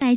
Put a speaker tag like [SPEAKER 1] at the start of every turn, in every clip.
[SPEAKER 1] 来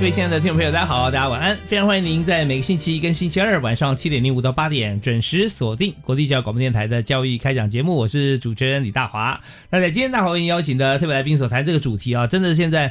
[SPEAKER 2] 各位亲爱的听众朋友，大家好，大家晚安！非常欢迎您在每个星期一跟星期二晚上七点零五到八点准时锁定国立教育广播电台的教育开讲节目，我是主持人李大华。那在今天大华为您邀请的特别来宾所谈这个主题啊，真的现在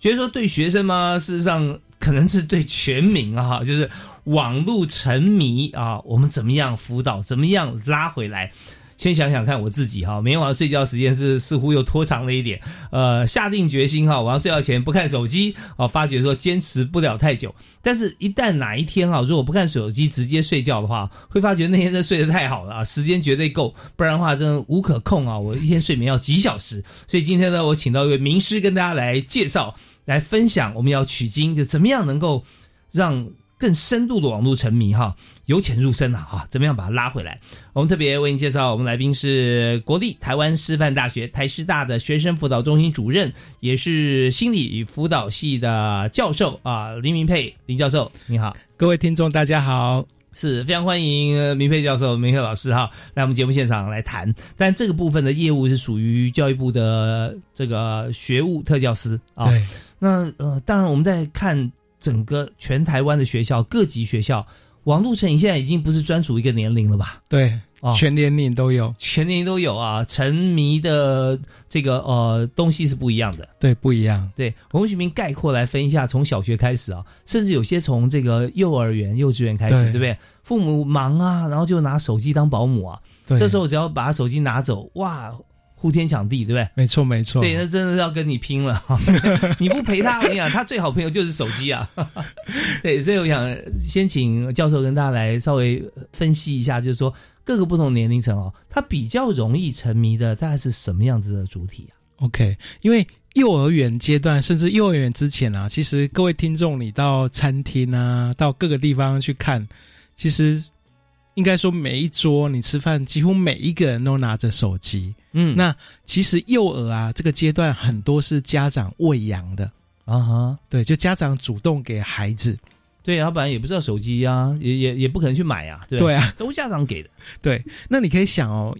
[SPEAKER 2] 觉得说对学生吗？事实上可能是对全民啊，就是网络沉迷啊，我们怎么样辅导，怎么样拉回来？先想想看我自己哈，每天晚上睡觉时间是似乎又拖长了一点。呃，下定决心哈，晚上睡觉前不看手机啊，发觉说坚持不了太久。但是，一旦哪一天哈，如果不看手机直接睡觉的话，会发觉那天真睡得太好了啊，时间绝对够，不然的话真的无可控啊。我一天睡眠要几小时，所以今天呢，我请到一位名师跟大家来介绍、来分享，我们要取经，就怎么样能够让。更深度的网络沉迷哈，由浅入深了啊哈，怎么样把它拉回来？我们特别为您介绍，我们来宾是国立台湾师范大学台师大的学生辅导中心主任，也是心理辅导系的教授啊，林明佩林教授，你好，
[SPEAKER 3] 各位听众大家好。
[SPEAKER 2] 是非常欢迎呃明佩教授、明佩老师哈来我们节目现场来谈。但这个部分的业务是属于教育部的这个学务特教司啊。
[SPEAKER 3] 对，
[SPEAKER 2] 那呃，当然我们在看整个全台湾的学校，各级学校，网络成瘾现在已经不是专属一个年龄了吧？
[SPEAKER 3] 对，
[SPEAKER 2] 哦
[SPEAKER 3] 全年龄都有，
[SPEAKER 2] 全年龄都有啊，沉迷的这个呃东西是不一样的。
[SPEAKER 3] 对，不一样。
[SPEAKER 2] 对，我们徐明概括来分一下，从小学开始啊，甚至有些从这个幼儿园、幼稚园开始，对
[SPEAKER 3] 对
[SPEAKER 2] 不对？父母忙啊，然后就拿手机当保姆啊，
[SPEAKER 3] 对，
[SPEAKER 2] 这时候只要把手机拿走，哇，呼天抢地，对不对？
[SPEAKER 3] 没错没错，
[SPEAKER 2] 对，那真的是要跟你拼了！ 你不陪他，我跟你讲，他最好朋友就是手机啊。 对，所以我想先请教授跟大家来稍微分析一下，就是说各个不同年龄层哦，他比较容易沉迷的大概是什么样子的主体啊？
[SPEAKER 3] OK，因为幼儿园阶段，甚至幼儿园之前啊，其实各位听众，你到餐厅啊，到各个地方去看，其实应该说每一桌你吃饭，几乎每一个人都拿着手机。
[SPEAKER 2] 嗯
[SPEAKER 3] 那其实幼儿啊这个阶段很多是家长喂养的，
[SPEAKER 2] 啊哈，
[SPEAKER 3] 对，就家长主动给孩子，
[SPEAKER 2] 对，要不然也不知道手机啊，也也也不可能去买啊，对不
[SPEAKER 3] 对啊，
[SPEAKER 2] 都家长给的，
[SPEAKER 3] 对，那你可以想哦，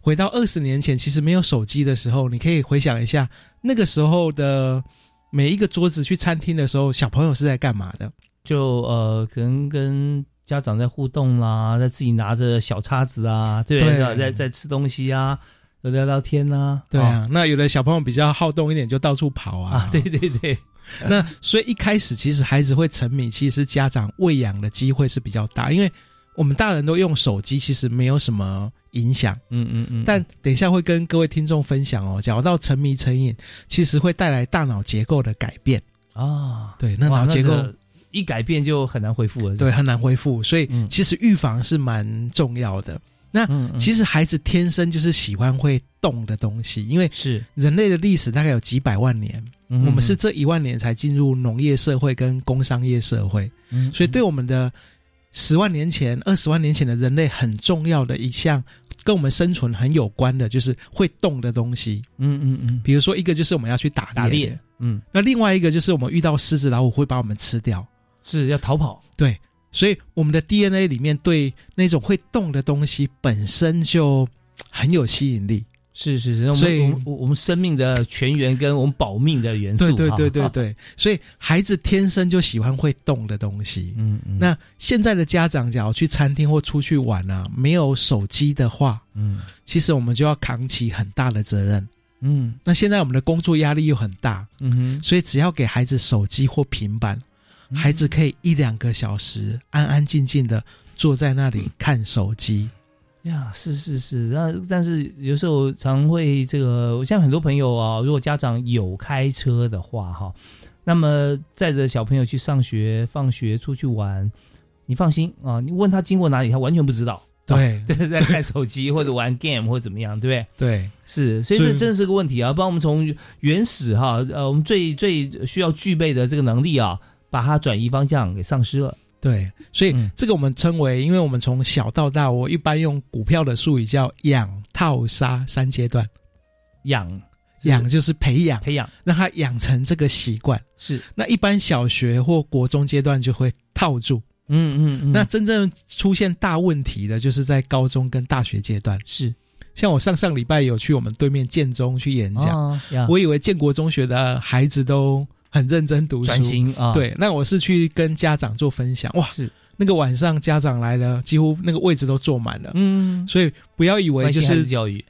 [SPEAKER 3] 回到二十年前，其实没有手机的时候，你可以回想一下那个时候的每一个桌子去餐厅的时候，小朋友是在干嘛的？
[SPEAKER 2] 就呃，可能跟家长在互动啦，在自己拿着小叉子啊，对不对？
[SPEAKER 3] 对
[SPEAKER 2] 在在吃东西啊，在聊聊天啊，
[SPEAKER 3] 对啊，那有的小朋友比较好动一点，就到处跑
[SPEAKER 2] 哦
[SPEAKER 3] 啊。
[SPEAKER 2] 啊，对对对，
[SPEAKER 3] 那所以一开始其实孩子会沉迷，其实家长喂养的机会是比较大，因为我们大人都用手机，其实没有什么影响。
[SPEAKER 2] 嗯嗯嗯，
[SPEAKER 3] 但等一下会跟各位听众分享哦，讲到沉迷成瘾，其实会带来大脑结构的改变。
[SPEAKER 2] 啊，
[SPEAKER 3] 对，那
[SPEAKER 2] 哇
[SPEAKER 3] 脑结构
[SPEAKER 2] 这一改变就很难恢复了。是
[SPEAKER 3] 对，
[SPEAKER 2] 吧，
[SPEAKER 3] 很难恢复，所以
[SPEAKER 2] 嗯
[SPEAKER 3] 其实预防是蛮重要的。
[SPEAKER 2] 嗯，
[SPEAKER 3] 其
[SPEAKER 2] 实
[SPEAKER 3] 实孩子天生就是喜欢会动的东西，因为
[SPEAKER 2] 是
[SPEAKER 3] 人类的历史大概有几百万年，
[SPEAKER 2] 嗯
[SPEAKER 3] 我们是这一万年才进入农业社会跟工商业社会，
[SPEAKER 2] 嗯
[SPEAKER 3] 所以对我们的十万年前、二十万年前的人类很重要的一项，跟我们生存很有关的，就是会动的东西。
[SPEAKER 2] 嗯嗯嗯
[SPEAKER 3] 比如说，一个就是我们要去打猎，
[SPEAKER 2] 打猎，嗯
[SPEAKER 3] 那另外一个就是我们遇到狮子、老虎会把我们吃掉。
[SPEAKER 2] 是要逃跑，
[SPEAKER 3] 对，所以我们的 DNA 里面对那种会动的东西本身就很有吸引力。
[SPEAKER 2] 是是是，我
[SPEAKER 3] 所以
[SPEAKER 2] 们我们我我们生命的全员跟我们保命的元素
[SPEAKER 3] 对
[SPEAKER 2] 哈，
[SPEAKER 3] 对对对
[SPEAKER 2] 哈，
[SPEAKER 3] 对，所以孩子天生就喜欢会动的东西。
[SPEAKER 2] 嗯嗯，
[SPEAKER 3] 那现在的家长，假如去餐厅或出去玩啊，没有手机的话，
[SPEAKER 2] 嗯
[SPEAKER 3] 其实我们就要扛起很大的责任。
[SPEAKER 2] 嗯
[SPEAKER 3] 那现在我们的工作压力又很大，
[SPEAKER 2] 嗯哼，
[SPEAKER 3] 所以只要给孩子手机或平板，
[SPEAKER 2] 嗯
[SPEAKER 3] 孩子可以一两个小时安安静静的坐在那里看手机。
[SPEAKER 2] 呀，是是是，那但是有时候常会这个，我像很多朋友啊，如果家长有开车的话哈，那么载着小朋友去上学、放学、出去玩，你放心啊，你问他经过哪里，他完全不知道，
[SPEAKER 3] 对
[SPEAKER 2] 对，在看手机或者玩 game 或者怎么样，对不对？
[SPEAKER 3] 对
[SPEAKER 2] 是，所以
[SPEAKER 3] 所
[SPEAKER 2] 这
[SPEAKER 3] 以
[SPEAKER 2] 真是个问题啊！帮我们从原始哈，呃，我们最最需要具备的这个能力啊，把它转移方向给丧失了。
[SPEAKER 3] 对，所以
[SPEAKER 2] 嗯
[SPEAKER 3] 这个我们称为，因为我们从小到大，我一般用股票的术语叫“养、套、杀”三阶段。
[SPEAKER 2] 养是
[SPEAKER 3] 养就是培养，
[SPEAKER 2] 培养
[SPEAKER 3] 让他养成这个习惯。
[SPEAKER 2] 是，
[SPEAKER 3] 那一般小学或国中阶段就会套住。
[SPEAKER 2] 嗯嗯嗯，
[SPEAKER 3] 那真正出现大问题的，就是在高中跟大学阶段。
[SPEAKER 2] 是
[SPEAKER 3] 像我上上礼拜有去我们对面建中去演讲，
[SPEAKER 2] 哦呀
[SPEAKER 3] 我以为建国中学的孩子都很认真读书，
[SPEAKER 2] 专心啊，，
[SPEAKER 3] 对，那我是去跟家长做分享，哇，
[SPEAKER 2] 是，
[SPEAKER 3] 那个晚上家长来了，几乎那个位置都坐满了。
[SPEAKER 2] 嗯，
[SPEAKER 3] 所以不要以为
[SPEAKER 2] 关
[SPEAKER 3] 就
[SPEAKER 2] 心孩子
[SPEAKER 3] 是
[SPEAKER 2] 教育，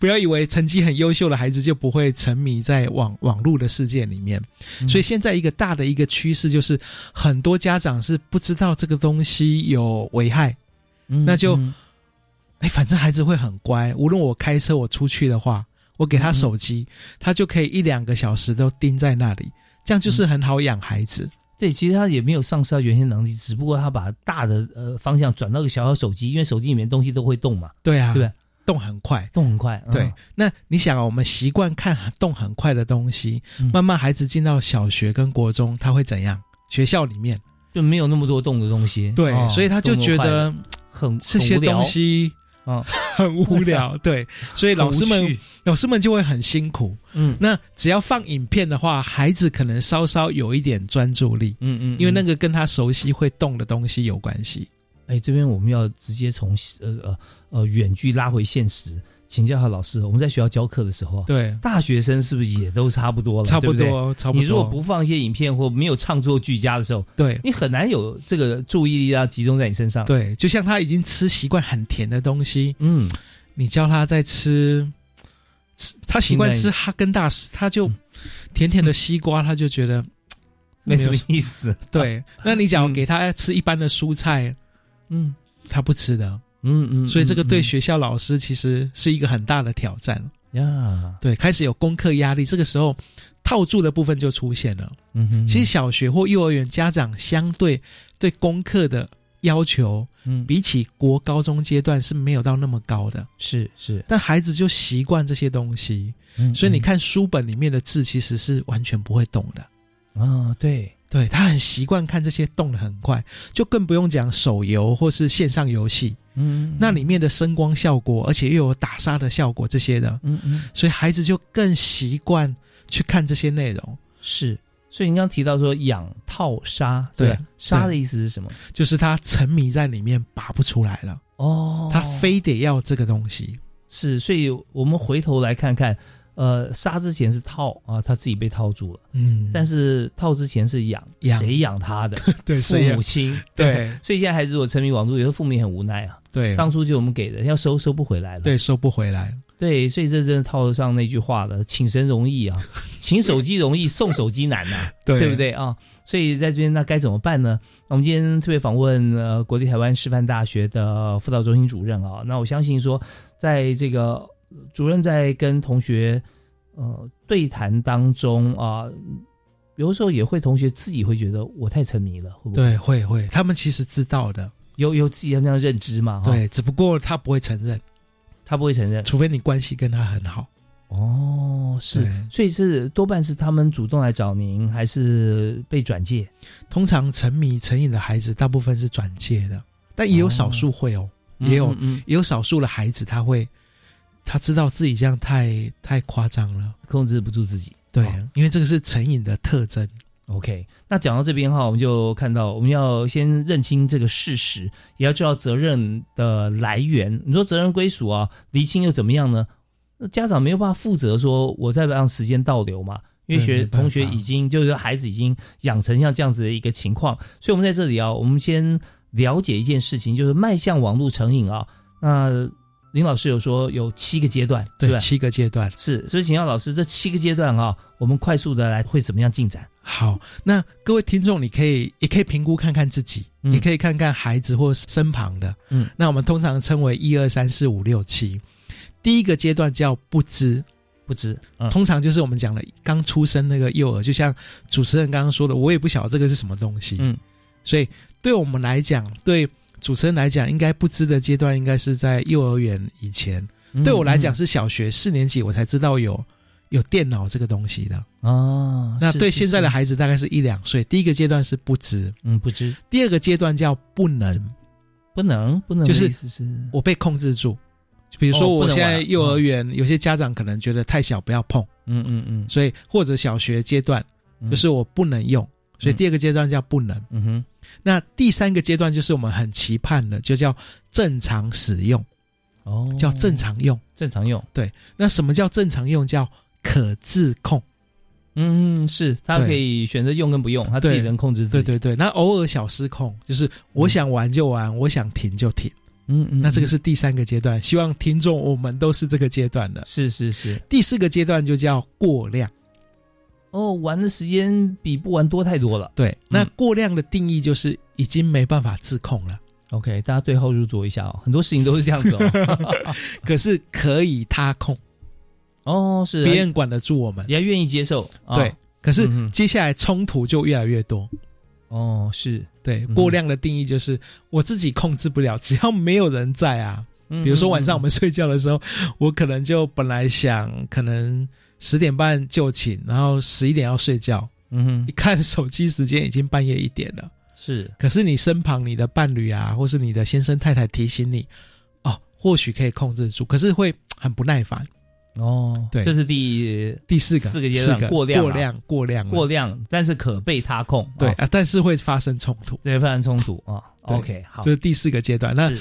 [SPEAKER 3] 不要以为成绩很优秀的孩子就不会沉迷在网网络的世界里面，
[SPEAKER 2] 嗯
[SPEAKER 3] 所以现在一个大的一个趋势就是很多家长是不知道这个东西有危害，
[SPEAKER 2] 嗯
[SPEAKER 3] 那就
[SPEAKER 2] 嗯
[SPEAKER 3] 哎，反正孩子会很乖，无论我开车我出去的话，我给
[SPEAKER 2] 嗯
[SPEAKER 3] 他
[SPEAKER 2] 嗯
[SPEAKER 3] 手机，他就可以一两个小时都盯在那里，这
[SPEAKER 2] 嗯
[SPEAKER 3] 样就是很好养孩子。
[SPEAKER 2] 对，其实他也没有丧失他原先能力，只不过他把大的呃方向转到个小小手机，因为手机里面东西都会动嘛，
[SPEAKER 3] 对啊，
[SPEAKER 2] 是不是？
[SPEAKER 3] 动很快。
[SPEAKER 2] 动很快，嗯
[SPEAKER 3] 对，，那你想啊，我们习惯看动很快的东西，
[SPEAKER 2] 嗯
[SPEAKER 3] 慢慢孩子进到小学跟国中，他会怎样？学校里面，
[SPEAKER 2] 就没有那么多动的东西，
[SPEAKER 3] 对，
[SPEAKER 2] 哦
[SPEAKER 3] 所以他就
[SPEAKER 2] 动
[SPEAKER 3] 觉
[SPEAKER 2] 快
[SPEAKER 3] 得
[SPEAKER 2] 很
[SPEAKER 3] 这些东，西
[SPEAKER 2] 很无聊嗯，
[SPEAKER 3] 很无聊， 对，所以老师
[SPEAKER 2] 很无
[SPEAKER 3] 们
[SPEAKER 2] 趣，
[SPEAKER 3] 老师们就会很辛苦。
[SPEAKER 2] 嗯
[SPEAKER 3] 那只要放影片的话，孩子可能稍稍有一点专注力，
[SPEAKER 2] 嗯嗯，
[SPEAKER 3] 因为那
[SPEAKER 2] 个，
[SPEAKER 3] 个跟他熟悉会动的东西有关系。
[SPEAKER 2] 哎，这边我们要直接从呃呃呃远距拉回现实，请教一下老师，我们在学校教课的时候啊，
[SPEAKER 3] 对，
[SPEAKER 2] 大学生是不是也都差不多了？
[SPEAKER 3] 差不
[SPEAKER 2] 对对
[SPEAKER 3] 多，差不多。
[SPEAKER 2] 你如果不放一些影片或没有唱作俱佳的时候，
[SPEAKER 3] 对
[SPEAKER 2] 你很难有这个注意力要啊集中在你身上。，
[SPEAKER 3] 对，就像他已经吃习惯很甜的东西，
[SPEAKER 2] 嗯，
[SPEAKER 3] 你教他在吃，吃他习惯吃
[SPEAKER 2] 清
[SPEAKER 3] 哈根达斯，他就
[SPEAKER 2] 嗯
[SPEAKER 3] 甜甜的西瓜，他就觉得
[SPEAKER 2] 没什么
[SPEAKER 3] 有
[SPEAKER 2] 意思。，
[SPEAKER 3] 对。那你假如
[SPEAKER 2] 嗯
[SPEAKER 3] 给他吃一般的蔬菜，
[SPEAKER 2] 嗯
[SPEAKER 3] 他不吃的，
[SPEAKER 2] 嗯嗯，
[SPEAKER 3] 所以这个对
[SPEAKER 2] 嗯
[SPEAKER 3] 学校老师其实是一个很大的挑战。
[SPEAKER 2] 嗯呀，
[SPEAKER 3] 对，开始有功课压力，这个时候套住的部分就出现了。
[SPEAKER 2] 嗯哼，
[SPEAKER 3] 其实小学或幼儿园家长相对对功课的要求，
[SPEAKER 2] 嗯
[SPEAKER 3] 比起国高中阶段是没有到那么高的，
[SPEAKER 2] 是是，
[SPEAKER 3] 但孩子就习惯这些东西，
[SPEAKER 2] 嗯
[SPEAKER 3] 所以你看书本里面的字其实是完全不会动的。
[SPEAKER 2] 嗯啊，对，
[SPEAKER 3] 对他很习惯看这些动得很快，就更不用讲手游或是线上游戏，
[SPEAKER 2] 嗯，
[SPEAKER 3] 那里面的声光效果，而且又有打杀的效果这些的，
[SPEAKER 2] 嗯嗯
[SPEAKER 3] 所以孩子就更习惯去看这些内容。
[SPEAKER 2] 是。所以你刚刚提到说养套杀，
[SPEAKER 3] 对
[SPEAKER 2] 是吧杀
[SPEAKER 3] 对
[SPEAKER 2] 的意思是什么？
[SPEAKER 3] 就是他沉迷在里面拔不出来了，
[SPEAKER 2] 哦，
[SPEAKER 3] 他非得要这个东西。
[SPEAKER 2] 是，所以我们回头来看看，呃，杀之前是套啊，他自己被套住了，
[SPEAKER 3] 嗯，
[SPEAKER 2] 但
[SPEAKER 3] 是
[SPEAKER 2] 是套之前是养，
[SPEAKER 3] 养
[SPEAKER 2] 谁养他的？
[SPEAKER 3] 对
[SPEAKER 2] 父
[SPEAKER 3] 是呀
[SPEAKER 2] 母亲
[SPEAKER 3] 对
[SPEAKER 2] 所以现在孩子如果沉迷网络，有时候父母也很无奈啊。
[SPEAKER 3] 对
[SPEAKER 2] 当初就我们给的，要收收不回来了。
[SPEAKER 3] 对收不回来，
[SPEAKER 2] 对，所以这真的套上那句话了：请神容易 啊，请手机容易，送手机难呐、
[SPEAKER 3] 对
[SPEAKER 2] 对不？对啊？所以在这边那该怎么办呢？那我们今天特别访问呃国立台湾师范大学的辅导中心主任啊，那我相信说，在这个呃主任在跟同学呃对谈当中啊、有的时候也会同学自己会觉得我太沉迷了，会不会？
[SPEAKER 3] 对，会会，他们其实知道的，
[SPEAKER 2] 有有自己的那样认知嘛？哈，
[SPEAKER 3] 对，只不过他不会承认，
[SPEAKER 2] 他不会承认。
[SPEAKER 3] 除非你关系跟他很好。
[SPEAKER 2] 哦，是
[SPEAKER 3] 对，
[SPEAKER 2] 所以是多半是他们主动来找您，还是被转介？
[SPEAKER 3] 通常沉迷成瘾的孩子，大部分是转介的，但也有少数会哦，也
[SPEAKER 2] 嗯
[SPEAKER 3] 有、
[SPEAKER 2] 嗯嗯
[SPEAKER 3] 也有少数的孩子他会，他知道自己这样太太夸张了，
[SPEAKER 2] 控制不住自己。
[SPEAKER 3] 对，
[SPEAKER 2] 哦
[SPEAKER 3] 因为这个是成瘾的特征。
[SPEAKER 2] OK，那讲到这边哈，我们就看到我们要先认清这个事实，也要知道责任的来源。你说责任归属啊，厘清又怎么样呢？那家长没有办法负责说我在让时间倒流嘛，因为
[SPEAKER 3] 对
[SPEAKER 2] 学
[SPEAKER 3] 没办法
[SPEAKER 2] 同学已经就是孩子已经养成像这样子的一个情况，所以我们在这里啊，我们先了解一件事情，就是迈向网络成瘾啊，那林老师有说有七个阶段，是啊
[SPEAKER 3] 对，
[SPEAKER 2] 吧？
[SPEAKER 3] 七个阶段。
[SPEAKER 2] 是，所以请教老师这七个阶段哈、我们快速的来会怎么样进展？
[SPEAKER 3] 好，那各位听众，你可以也可以评估看看自己，
[SPEAKER 2] 嗯
[SPEAKER 3] 也可以看看孩子或身旁的。
[SPEAKER 2] 嗯，
[SPEAKER 3] 那我们通常称为一二三四五六七。第一个阶段叫不知，
[SPEAKER 2] 不知，嗯，
[SPEAKER 3] 通常就是我们讲的刚出生那个幼儿，就像主持人刚刚说的，我也不晓得这个是什么东西。
[SPEAKER 2] 嗯，
[SPEAKER 3] 所以对我们来讲，对主持人来讲，应该不知的阶段应该是在幼儿园以前。对我来
[SPEAKER 2] 嗯
[SPEAKER 3] 讲是小学四年级，我才知道有有电脑这个东西的。
[SPEAKER 2] 哦，
[SPEAKER 3] 那
[SPEAKER 2] 啊是
[SPEAKER 3] 对
[SPEAKER 2] 是
[SPEAKER 3] 现在的
[SPEAKER 2] 是
[SPEAKER 3] 孩子大概是一两岁，第一个阶段是不知，
[SPEAKER 2] 嗯不知
[SPEAKER 3] 第二个阶段叫不能，
[SPEAKER 2] 不能不能
[SPEAKER 3] 就
[SPEAKER 2] 的
[SPEAKER 3] 是
[SPEAKER 2] 意思是
[SPEAKER 3] 我被控制住。比如
[SPEAKER 2] 哦
[SPEAKER 3] 说
[SPEAKER 2] 不
[SPEAKER 3] 我
[SPEAKER 2] 能
[SPEAKER 3] 现在
[SPEAKER 2] 玩
[SPEAKER 3] 幼儿园，有些家长可能觉得太小不要碰，
[SPEAKER 2] 嗯嗯嗯
[SPEAKER 3] 所以或者小学阶段
[SPEAKER 2] 嗯，
[SPEAKER 3] 就是我不能用，所以
[SPEAKER 2] 嗯
[SPEAKER 3] 第二个阶段叫不能。
[SPEAKER 2] 嗯哼
[SPEAKER 3] 那第三个阶段就是我们很期盼的，就叫正常使用，
[SPEAKER 2] 哦
[SPEAKER 3] 叫正常用。
[SPEAKER 2] 正常用，
[SPEAKER 3] 那什么叫正常用？叫可自控。
[SPEAKER 2] 嗯是他
[SPEAKER 3] 对
[SPEAKER 2] 可以选择用跟不用，他自己
[SPEAKER 3] 对
[SPEAKER 2] 能控制自
[SPEAKER 3] 对
[SPEAKER 2] 己，
[SPEAKER 3] 对对，那偶尔小失控，就是我想玩就玩，我想停就停。
[SPEAKER 2] 嗯嗯，
[SPEAKER 3] 那这个
[SPEAKER 2] 嗯
[SPEAKER 3] 是第三个阶段，希望听众我们都是这个阶段的。
[SPEAKER 2] 是是是
[SPEAKER 3] 第四个阶段就叫过量，
[SPEAKER 2] 哦，玩的时间比不玩多太多了。
[SPEAKER 3] 对，那过量的定义就是已经没办法自控了，
[SPEAKER 2] OK，大家对号入座一下哦，很多事情都是这样子哦。
[SPEAKER 3] 可是可以他控，
[SPEAKER 2] 哦，是
[SPEAKER 3] 别人管得住我们，
[SPEAKER 2] 也愿意接受，啊
[SPEAKER 3] 对。可是
[SPEAKER 2] 嗯嗯
[SPEAKER 3] 接下来冲突就越来越多。
[SPEAKER 2] 哦，是，
[SPEAKER 3] 对，
[SPEAKER 2] 嗯
[SPEAKER 3] 过量的定义就是我自己控制不了， 只要没有人在啊，
[SPEAKER 2] 比
[SPEAKER 3] 比如说晚上我们睡觉的时候，我可能就本来想可能十点半就寝，然后十一点要睡觉，
[SPEAKER 2] 嗯哼
[SPEAKER 3] 一看手机时间已经半夜一点了。
[SPEAKER 2] 是
[SPEAKER 3] 可是你身旁你的伴侣啊，或是你的先生太太提醒你，哦，或许可以控制住，可是会很不耐烦。
[SPEAKER 2] 哦，
[SPEAKER 3] 对
[SPEAKER 2] 这是第
[SPEAKER 3] 第四个，
[SPEAKER 2] 四个阶段
[SPEAKER 3] 四
[SPEAKER 2] 过量啊
[SPEAKER 3] 过量，过量，
[SPEAKER 2] 过。量，但是可被他控，
[SPEAKER 3] 嗯对
[SPEAKER 2] 哦
[SPEAKER 3] 啊，但是会发生冲突，
[SPEAKER 2] 这些发生冲突啊。
[SPEAKER 3] 对
[SPEAKER 2] OK，好
[SPEAKER 3] 这，是第四个阶段。那
[SPEAKER 2] 是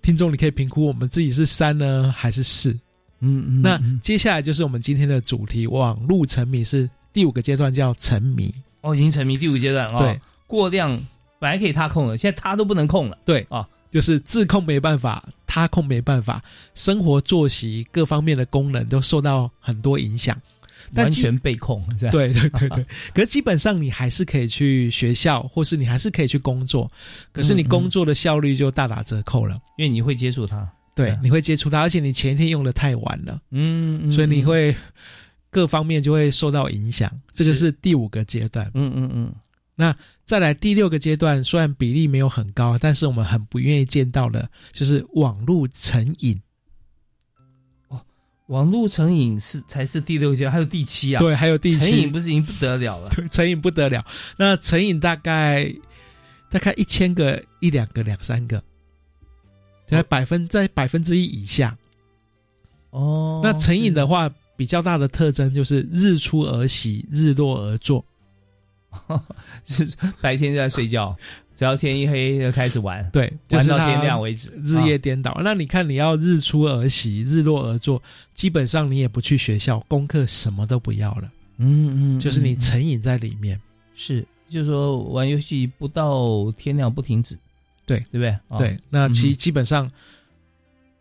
[SPEAKER 3] 听众，你可以评估我们自己是三呢，还是四？
[SPEAKER 2] 嗯嗯，
[SPEAKER 3] 那
[SPEAKER 2] 嗯
[SPEAKER 3] 接下来就是我们今天的主题，网络沉迷是第五个阶段，叫沉迷。
[SPEAKER 2] 哦，已经沉迷第五阶段哦，
[SPEAKER 3] 对，，
[SPEAKER 2] 过量本来可以他控的，现在他都不能控了。
[SPEAKER 3] 就是自控没办法，他控没办法，生活作息各方面的功能都受到很多影响。但
[SPEAKER 2] 完
[SPEAKER 3] 基
[SPEAKER 2] 全被控，是吧，
[SPEAKER 3] 对对对对，可是基本上你还是可以去学校，或是你还是可以去工作，可是你
[SPEAKER 2] 嗯嗯
[SPEAKER 3] 工作的效率就大打折扣了。
[SPEAKER 2] 因为你会接触他，
[SPEAKER 3] 对
[SPEAKER 2] 对，啊
[SPEAKER 3] 你会接触它，而且你前一天用的太晚了，
[SPEAKER 2] 嗯，嗯
[SPEAKER 3] 所以你
[SPEAKER 2] 嗯
[SPEAKER 3] 会各方面就会受到影响。这个
[SPEAKER 2] 是
[SPEAKER 3] 是第五个阶段。
[SPEAKER 2] 嗯嗯嗯，
[SPEAKER 3] 再来第六个阶段，虽然比例没有很高，但是我们很不愿意见到的，就是网络成瘾。
[SPEAKER 2] 网络成瘾是才是第六阶段，还有第七啊。
[SPEAKER 3] 对，还有第
[SPEAKER 2] 成
[SPEAKER 3] 七
[SPEAKER 2] 瘾不是已经不得了了？
[SPEAKER 3] 对，成瘾不得了。那成瘾大概大概一千个、一两个、两三
[SPEAKER 2] 哦
[SPEAKER 3] 个，在百分在百分之一以下。
[SPEAKER 2] 哦
[SPEAKER 3] 那成瘾的话，比较大的特征就是日出而息，日落而作。
[SPEAKER 2] 是是白天就在睡 觉，只要天一黑就开始玩，
[SPEAKER 3] 对，就是
[SPEAKER 2] 玩到天
[SPEAKER 3] 它
[SPEAKER 2] 亮为止，啊
[SPEAKER 3] 日夜颠倒。那你看，你要日出而息，日落而作，基本上你也不去学校，功课什么都不要了，
[SPEAKER 2] 嗯嗯，嗯
[SPEAKER 3] 就是你
[SPEAKER 2] 成
[SPEAKER 3] 成瘾在里面。
[SPEAKER 2] 是，就是说玩游戏不到天亮不停止，
[SPEAKER 3] 对
[SPEAKER 2] 对不对？哦
[SPEAKER 3] 对，，那其
[SPEAKER 2] 嗯
[SPEAKER 3] 基本上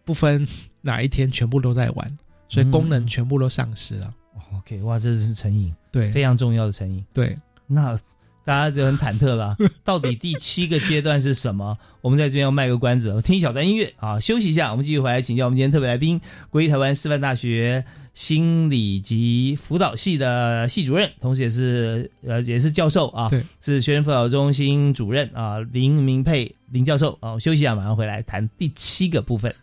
[SPEAKER 3] 不分哪一天，全部都在玩，所以功能全部都丧失了。
[SPEAKER 2] 嗯哦 OK，哇，这是成瘾，非
[SPEAKER 3] 对
[SPEAKER 2] 常重要的成瘾。
[SPEAKER 3] 对，
[SPEAKER 2] 那大家就很忐忑了，到底第七个阶段是什么？我们在这边要卖个关子，我听一小段音乐啊，休息一下，我们继续回来请教我们今天特别来宾，国立台湾师范大学心理及辅导系的系主任，同时也是呃也是教授啊
[SPEAKER 3] 对，
[SPEAKER 2] 是学生辅导中心主任啊，林明佩林教授啊，我休息一下，马上回来谈第七个部分。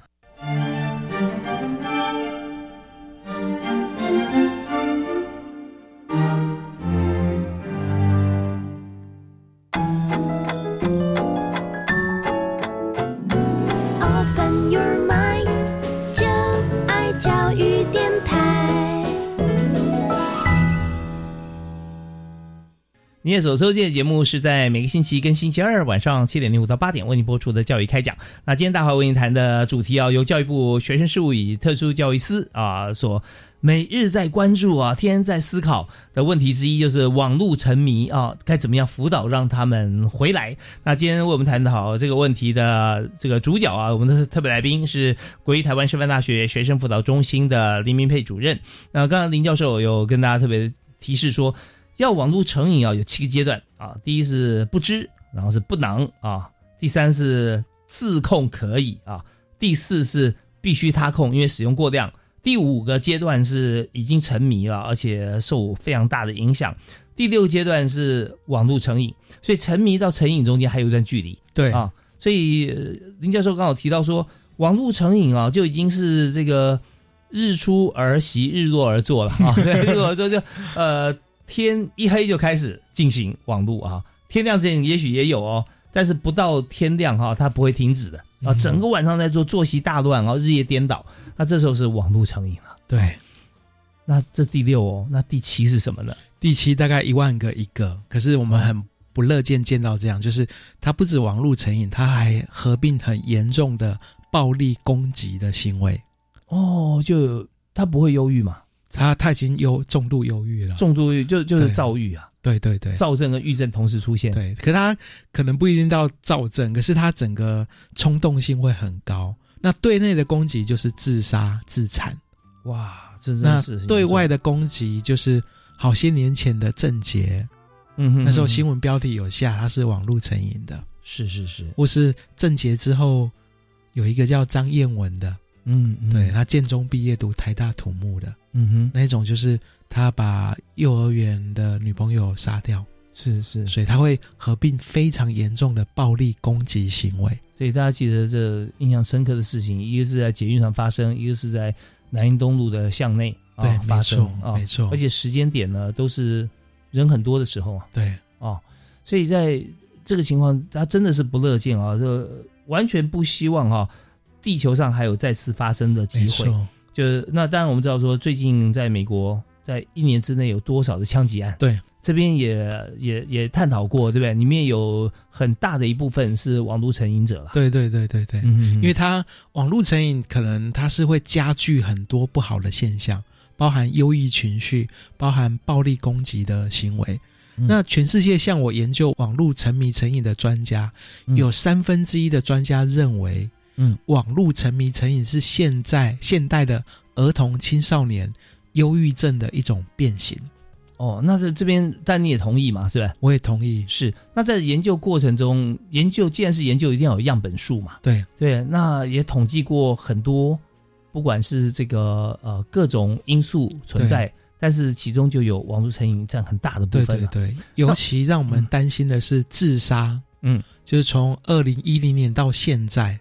[SPEAKER 4] Open your mind，就爱教育电台。
[SPEAKER 2] 你也所收听的节目是在每个星期一跟星期二晚上七点零五到八点为您播出的教育开讲。那今天大华为您谈的主题啊，由教育部学生事务与特殊教育司啊所每日在关注啊，天天在思考的问题之一就是网络沉迷啊，该怎么样辅导让他们回来？那今天为我们探讨这个问题的这个主角啊，我们的特别来宾是国立台湾师范大学学生辅导中心的林明佩主任。那刚刚林教授有跟大家特别提示说，要网络成瘾啊，有七个阶段啊。第一是不知，然后是不能啊；第三是自控可以啊；第四是必须他控，因为使用过量；第五个阶段是已经沉迷了，而且受非常大的影响；第六阶段是网络成瘾，所以沉迷到成瘾中间还有一段距离。
[SPEAKER 3] 对
[SPEAKER 2] 啊，所以呃林教授刚好提到说，网络成瘾啊，就已经是这个日出而息，日落而作了啊。 对，日落而作就呃天一黑就开始进行网络啊，天亮之前也许也有哦，但是不到天亮哈、它不会停止的啊，
[SPEAKER 3] 嗯
[SPEAKER 2] 整个晚上在做作息大乱，然啊后日夜颠倒，那这时候是网络成瘾了。
[SPEAKER 3] 对，
[SPEAKER 2] 那这第六哦，那第七是什么呢？
[SPEAKER 3] 第七大概一万个一个，可是我们很不乐见见到这样，就是它不止网络成瘾，它还合并很严重的暴力攻击的行为，
[SPEAKER 2] 哦，就他不会忧郁嘛，
[SPEAKER 3] 他他已经忧重度忧郁了。
[SPEAKER 2] 重度忧郁就就是
[SPEAKER 3] 对
[SPEAKER 2] 躁郁啊，
[SPEAKER 3] 对对对
[SPEAKER 2] 躁症跟郁症同时出现。
[SPEAKER 3] 对，可他可能不一定到躁症，可是他整个冲动性会很高。那对内的攻击就是自杀自残，
[SPEAKER 2] 哇，这真
[SPEAKER 3] 那
[SPEAKER 2] 是
[SPEAKER 3] 对外
[SPEAKER 2] 的，
[SPEAKER 3] 的攻击就是好些年前的郑捷，
[SPEAKER 2] 嗯哼
[SPEAKER 3] 那时候新
[SPEAKER 2] 闻
[SPEAKER 3] 闻标题有下他是网络成瘾的。
[SPEAKER 2] 是是是，
[SPEAKER 3] 或是郑捷之后有一个叫张彦文的，
[SPEAKER 2] 嗯，嗯
[SPEAKER 3] 对，他啊建中毕业读台大土木的
[SPEAKER 2] 嗯哼，
[SPEAKER 3] 那一种，就是他把幼儿园的女朋友杀掉，
[SPEAKER 2] 是是，
[SPEAKER 3] 所以他会合并非常严重的暴力攻击行为。
[SPEAKER 2] 所以大家记得这印象深刻的事情，一个是在捷运上发生，一个是在南英东路的巷内啊
[SPEAKER 3] 对，
[SPEAKER 2] 发
[SPEAKER 3] 没
[SPEAKER 2] 生
[SPEAKER 3] 错，
[SPEAKER 2] 啊，
[SPEAKER 3] 没错，
[SPEAKER 2] 而且时间点呢都是人很多的时候啊
[SPEAKER 3] 对
[SPEAKER 2] 啊，所以在这个情况，他真的是不乐见啊，这完全不希望啊。地球上还有再次发生的
[SPEAKER 3] 没
[SPEAKER 2] 机会，
[SPEAKER 3] 错，啊
[SPEAKER 2] 就是那当然我们知道说，最近在美国在一年之内有多少的枪击案？
[SPEAKER 3] 对，
[SPEAKER 2] 这边也也也探讨过，对不对？里面有很大的一部分是网络成瘾者了。，
[SPEAKER 3] 对对对对对，
[SPEAKER 2] 嗯，
[SPEAKER 3] 因为他网络成瘾可能他是会加剧很多不好的现象，包含忧郁情绪，包含暴力攻击的行为。
[SPEAKER 2] 嗯
[SPEAKER 3] 那全世界像我研究网络沉迷成瘾的专家，
[SPEAKER 2] 嗯
[SPEAKER 3] 有三分之一的专家认为，
[SPEAKER 2] 嗯，
[SPEAKER 3] 网络沉迷成瘾是现在现代的儿童青少年忧郁症的一种变形。
[SPEAKER 2] 哦，那在这边，但你也同意嘛，是吧？
[SPEAKER 3] 我也同意，
[SPEAKER 2] 是。那在研究过程中，研究既然是研究，一定要有样本数嘛。
[SPEAKER 3] 对
[SPEAKER 2] 对，那也统计过很多，不管是这个呃各种因素存在，但是其中就有网络成瘾占很大的部
[SPEAKER 3] 对
[SPEAKER 2] 分
[SPEAKER 3] 对
[SPEAKER 2] 了。
[SPEAKER 3] 对，尤其让我们担心的是自杀。
[SPEAKER 2] 嗯，
[SPEAKER 3] 就是从二零一零年到现在，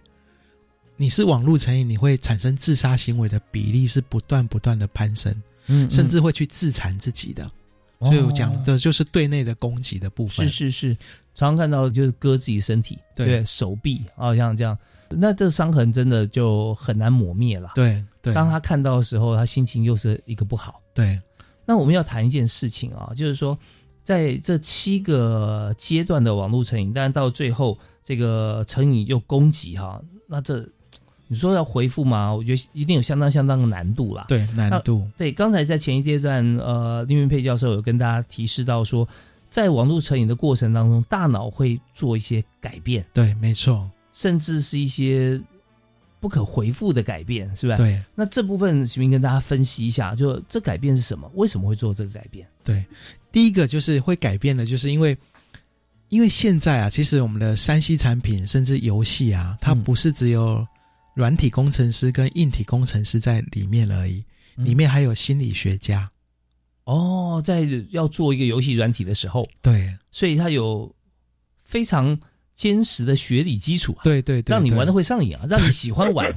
[SPEAKER 3] 你是网络成瘾，你会产生自杀行为的比例是不断不断的攀升，
[SPEAKER 2] 嗯
[SPEAKER 3] 甚至会去自残自己的。
[SPEAKER 2] 所
[SPEAKER 3] 所以我讲的就是对内的攻击的部分。
[SPEAKER 2] 哦是是是，常常看到就是割自己身体，
[SPEAKER 3] 对
[SPEAKER 2] 手臂啊，像这样，那这伤痕真的就很难抹灭了。，
[SPEAKER 3] 对对，
[SPEAKER 2] 当他看到的时候，他心情又是一个不好。
[SPEAKER 3] 对
[SPEAKER 2] 那我们要谈一件事情啊，就是说，在这七个阶段的网络成瘾，但是到最后这个成瘾又攻击哈、那这你说要回复吗？我觉得一定有相当相当的难度啦。
[SPEAKER 3] 对难度，
[SPEAKER 2] 对，刚才在前一阶段，呃，林云佩教授有跟大家提示到说，在网络成瘾的过程当中，大脑会做一些改变，
[SPEAKER 3] 对没错，
[SPEAKER 2] 甚至是一些不可回复的改变，是吧？。
[SPEAKER 3] 对
[SPEAKER 2] 那这部分，行不行跟大家分析一下？就这改变是什么？为什么会做这个改变？
[SPEAKER 3] 对。第一个就是会改变的，就是因为。因为现在啊，其实我们的山西产品甚至游戏啊，它
[SPEAKER 2] 嗯
[SPEAKER 3] 不是只有软体工程师跟硬体工程师在里面而已，
[SPEAKER 2] 嗯
[SPEAKER 3] 里面还有心理学家。
[SPEAKER 2] 哦，在要做一个游戏软体的时候，
[SPEAKER 3] 对
[SPEAKER 2] 所以它有非常坚实的学理基础啊，
[SPEAKER 3] 对对对，
[SPEAKER 2] 让你
[SPEAKER 3] 对
[SPEAKER 2] 玩的会上瘾啊，让你喜欢 玩，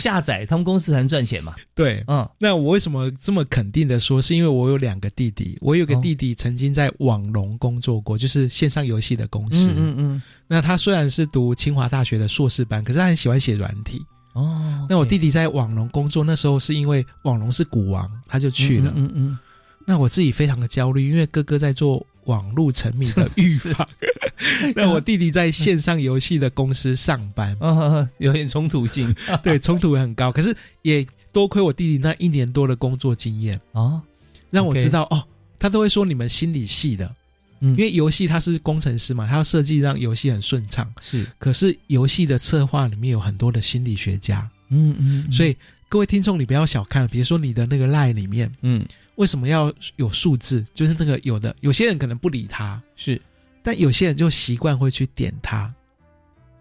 [SPEAKER 2] 下载，他们公司才能赚钱嘛。
[SPEAKER 3] 对。
[SPEAKER 2] 嗯，
[SPEAKER 3] 那我为什么这么肯定的说，是因为我有两个弟弟，我有个
[SPEAKER 2] 哦
[SPEAKER 3] 弟弟曾经在网龙工作过，就是线上游戏的公司。
[SPEAKER 2] 嗯嗯
[SPEAKER 3] 那他虽然是读清华大学的硕士班，可是他很喜欢写软体。
[SPEAKER 2] 嗯，哦，
[SPEAKER 3] 那我
[SPEAKER 2] OK
[SPEAKER 3] 弟弟在网龙工作，那时候是因为网龙是股王，他就去了。
[SPEAKER 2] 嗯嗯
[SPEAKER 3] 那我自己非常的焦虑，因为哥哥在做网络沉迷
[SPEAKER 2] 嗯
[SPEAKER 3] 的预 防，那我弟弟在线上游戏的公司上班
[SPEAKER 2] 嗯，嗯，嗯有点冲突性。
[SPEAKER 3] 对，冲突很高。可是也多亏我弟弟那一年多的工作经验，
[SPEAKER 2] 哦，
[SPEAKER 3] 让我
[SPEAKER 2] OK
[SPEAKER 3] 知道哦，他都会说你们心理系的，
[SPEAKER 2] 嗯
[SPEAKER 3] 因为游戏他是工程师嘛，他要设计让游戏很顺畅。
[SPEAKER 2] 是，
[SPEAKER 3] 可是游戏的策划里面有很多的心理学家，
[SPEAKER 2] 嗯嗯
[SPEAKER 3] 所
[SPEAKER 2] 以，
[SPEAKER 3] 以各位听众你不要小看，比如说你的那个 line 里面
[SPEAKER 2] 嗯，
[SPEAKER 3] 为什么要有数字？就是那个有的有些人可能不理他，
[SPEAKER 2] 是，
[SPEAKER 3] 但有些人就习惯会去点他。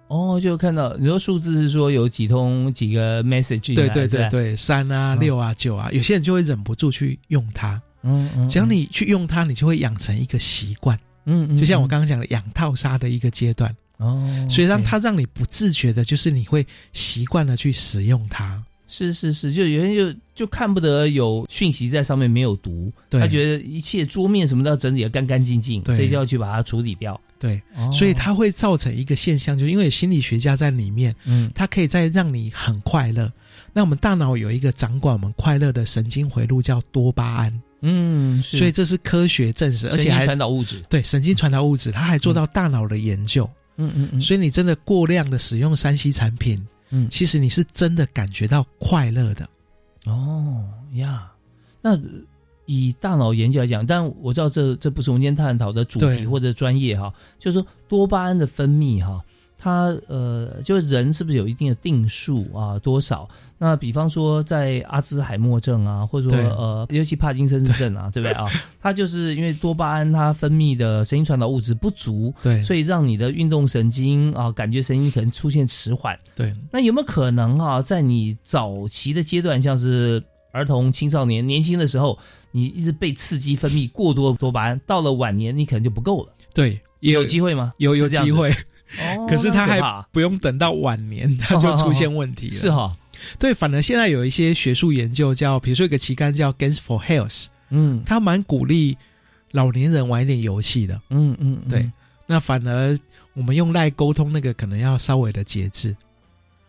[SPEAKER 2] 哦，就看到你说数字是说有几通几个 message，
[SPEAKER 3] 对对
[SPEAKER 2] 是
[SPEAKER 3] 对
[SPEAKER 2] 吧，
[SPEAKER 3] 对，三啊
[SPEAKER 2] 嗯
[SPEAKER 3] 六啊九啊，有些人就会忍不住去用它。
[SPEAKER 2] 嗯嗯，
[SPEAKER 3] 只要你去用它，你就会养成一个习惯，
[SPEAKER 2] 嗯，嗯，
[SPEAKER 3] 就像我刚刚讲的养套杀的一个阶段。
[SPEAKER 2] 嗯哦，
[SPEAKER 3] 所以让
[SPEAKER 2] OK
[SPEAKER 3] 它让你不自觉的，就是你会习惯的去使用它。
[SPEAKER 2] 是是是，就有些人就就看不得有讯息在上面没有读，
[SPEAKER 3] 对
[SPEAKER 2] 他觉得一切桌面什么都要整理的干干净净，
[SPEAKER 3] 对
[SPEAKER 2] 所以就要去把它处理掉。
[SPEAKER 3] 对，
[SPEAKER 2] 哦
[SPEAKER 3] 所以它会造成一个现象，就是因为有心理学家在里面，
[SPEAKER 2] 嗯
[SPEAKER 3] 它可以在让你很快乐。那我们大脑有一个掌管我们快乐的神经回路叫多巴胺，
[SPEAKER 2] 嗯，是
[SPEAKER 3] 所以这是科学证实，而
[SPEAKER 2] 声
[SPEAKER 3] 且
[SPEAKER 2] 音
[SPEAKER 3] 还
[SPEAKER 2] 传导物质，
[SPEAKER 3] 对神经传导物质，它还做到大脑的研究。
[SPEAKER 2] 嗯嗯嗯
[SPEAKER 3] 所以你真的过量的使用三 C 产品，
[SPEAKER 2] 嗯
[SPEAKER 3] 其实你是真的感觉到快乐的。
[SPEAKER 2] 哦呀，那以大脑研究来讲，但我知道这这不是我们今天探讨的主题
[SPEAKER 3] 对
[SPEAKER 2] 或者专业哈，就是说多巴胺的分泌哈，它呃，就是人是不是有一定的定数啊多少？那比方说在阿兹海默症啊，或者说
[SPEAKER 3] 对
[SPEAKER 2] 呃，尤其帕金森氏症啊，对不对啊？它就是因为多巴胺它分泌的神经传导物质不足，
[SPEAKER 3] 对，
[SPEAKER 2] 所以让你的运动神经啊、感觉神经可能出现迟缓。
[SPEAKER 3] 对，
[SPEAKER 2] 那有没有可能啊，在你早期的阶段，像是儿童、青少年、年轻的时候，你一直被刺激分泌过多的多巴胺，到了晚年你可能就不够了，
[SPEAKER 3] 对，也
[SPEAKER 2] 有机会吗？
[SPEAKER 3] 有有
[SPEAKER 2] 是这样
[SPEAKER 3] 机
[SPEAKER 2] 子，
[SPEAKER 3] 会，
[SPEAKER 2] 哦、
[SPEAKER 3] 可是
[SPEAKER 2] 那
[SPEAKER 3] 它
[SPEAKER 2] 很
[SPEAKER 3] 还
[SPEAKER 2] 可怕
[SPEAKER 3] 不用等到晚年，它就出现问题了。
[SPEAKER 2] 是哈、
[SPEAKER 3] 对，反而现在有一些学术研究叫，比如说有个期刊叫《Games for Health》，
[SPEAKER 2] 嗯
[SPEAKER 3] 它蛮鼓励老年人玩一点游戏的。
[SPEAKER 2] 嗯嗯，嗯
[SPEAKER 3] 对，，那反而我们用赖沟通那个可能要稍微的节制。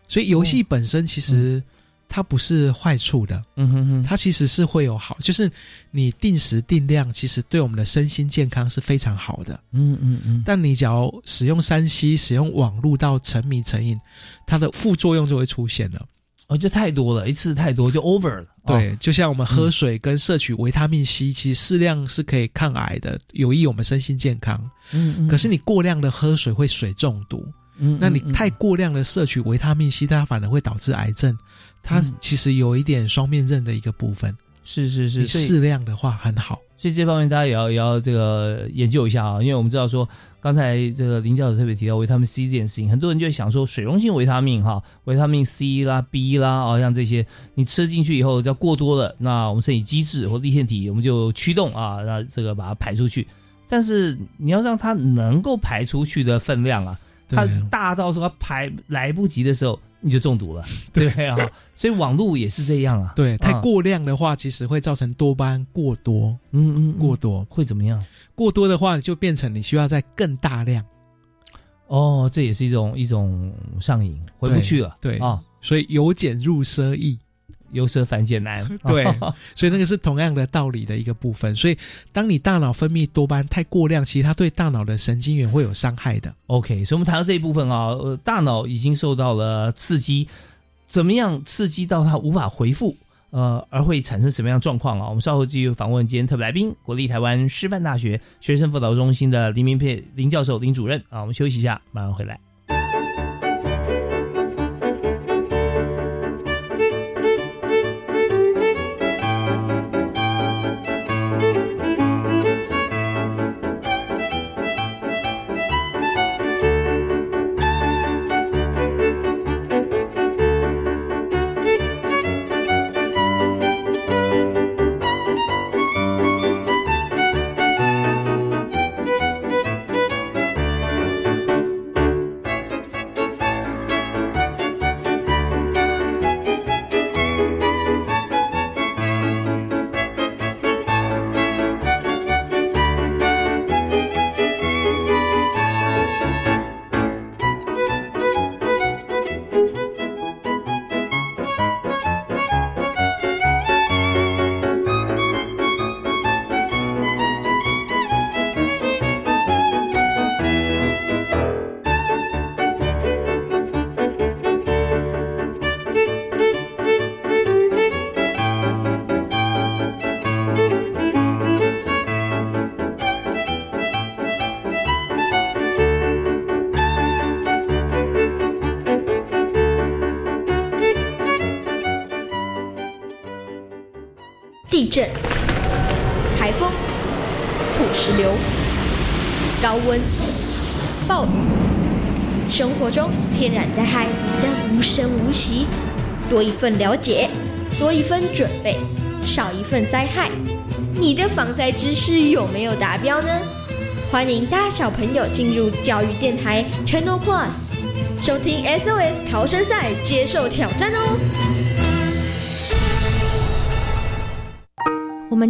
[SPEAKER 3] 所以游戏本身其实它不是坏处的，
[SPEAKER 2] 哦嗯哼哼，
[SPEAKER 3] 它其实是会有好，就是你定时定量，其实对我们的身心健康是非常好的。
[SPEAKER 2] 嗯嗯嗯，
[SPEAKER 3] 但你只要使用三 C、使用网络到沉迷成瘾，它的副作用就会出现了。
[SPEAKER 2] 哦，就太多了，一次太多就 over 了，哦
[SPEAKER 3] 对，就像我们喝水跟摄取维他命 C，、其实适量是可以抗癌的，有益我们身心健康。
[SPEAKER 2] 嗯嗯，
[SPEAKER 3] 可是你过量的喝水会水中毒，
[SPEAKER 2] 嗯，嗯
[SPEAKER 3] 那你
[SPEAKER 2] 嗯
[SPEAKER 3] 太过量的摄取维他命 C，它反而会导致癌症。它
[SPEAKER 2] 嗯
[SPEAKER 3] 其实有一点双面刃的一个部分，
[SPEAKER 2] 是是是
[SPEAKER 3] 你
[SPEAKER 2] 所以
[SPEAKER 3] 适量的话很好。
[SPEAKER 2] 所以这方面大家也要也要这个研究一下啊，因为我们知道说，刚才这个林教授特别提到维他命 C 这件事情，很多人就会想说，水溶性维他命哈，维他命 C 啦、B 啦啊、像这些你吃进去以后，只要过多了，那我们身体机制或立腺体我们就驱动啊，那这个把它排出去。但是你要让它能够排出去的分量啊，它
[SPEAKER 3] 对
[SPEAKER 2] 大到说它排来不及的时候，你就中毒了，对不对啊？所以网络也是这样啊，
[SPEAKER 3] 对，太
[SPEAKER 2] 啊
[SPEAKER 3] 过量的话，其实会造成多巴胺过多，
[SPEAKER 2] 嗯嗯，嗯
[SPEAKER 3] 过多，
[SPEAKER 2] 会怎么样？
[SPEAKER 3] 过多的话就变成你需要再更大量。
[SPEAKER 2] 哦，这也是一种一种上瘾，回不去了。
[SPEAKER 3] 对对
[SPEAKER 2] 啊，
[SPEAKER 3] 所以由俭入奢易，
[SPEAKER 2] 由奢反俭难。
[SPEAKER 3] 对所以那个是同样的道理的一个部分。所以当你大脑分泌多巴胺太过量，其实它对大脑的神经元会有伤害的。
[SPEAKER 2] ，OK，所以我们谈到这一部分啊，呃，大脑已经受到了刺激，怎么样刺激到它无法回复？呃，而会产生什么样的状况啊？我们稍后继续访问今天特别来宾，国立台湾师范大学学生辅导中心的林明佩林教授、林主任啊。我们休息一下，马上回来。
[SPEAKER 5] 震、台风、土石流、高温、暴雨，生活中天然灾害的无声无息。多一份了解，多一份准备，少一份灾害。你的防灾知识有没有达标呢？欢迎大小朋友进入教育电台 Channel Plus，收听 SOS 逃生赛，接受挑战哦。
[SPEAKER 6] 我们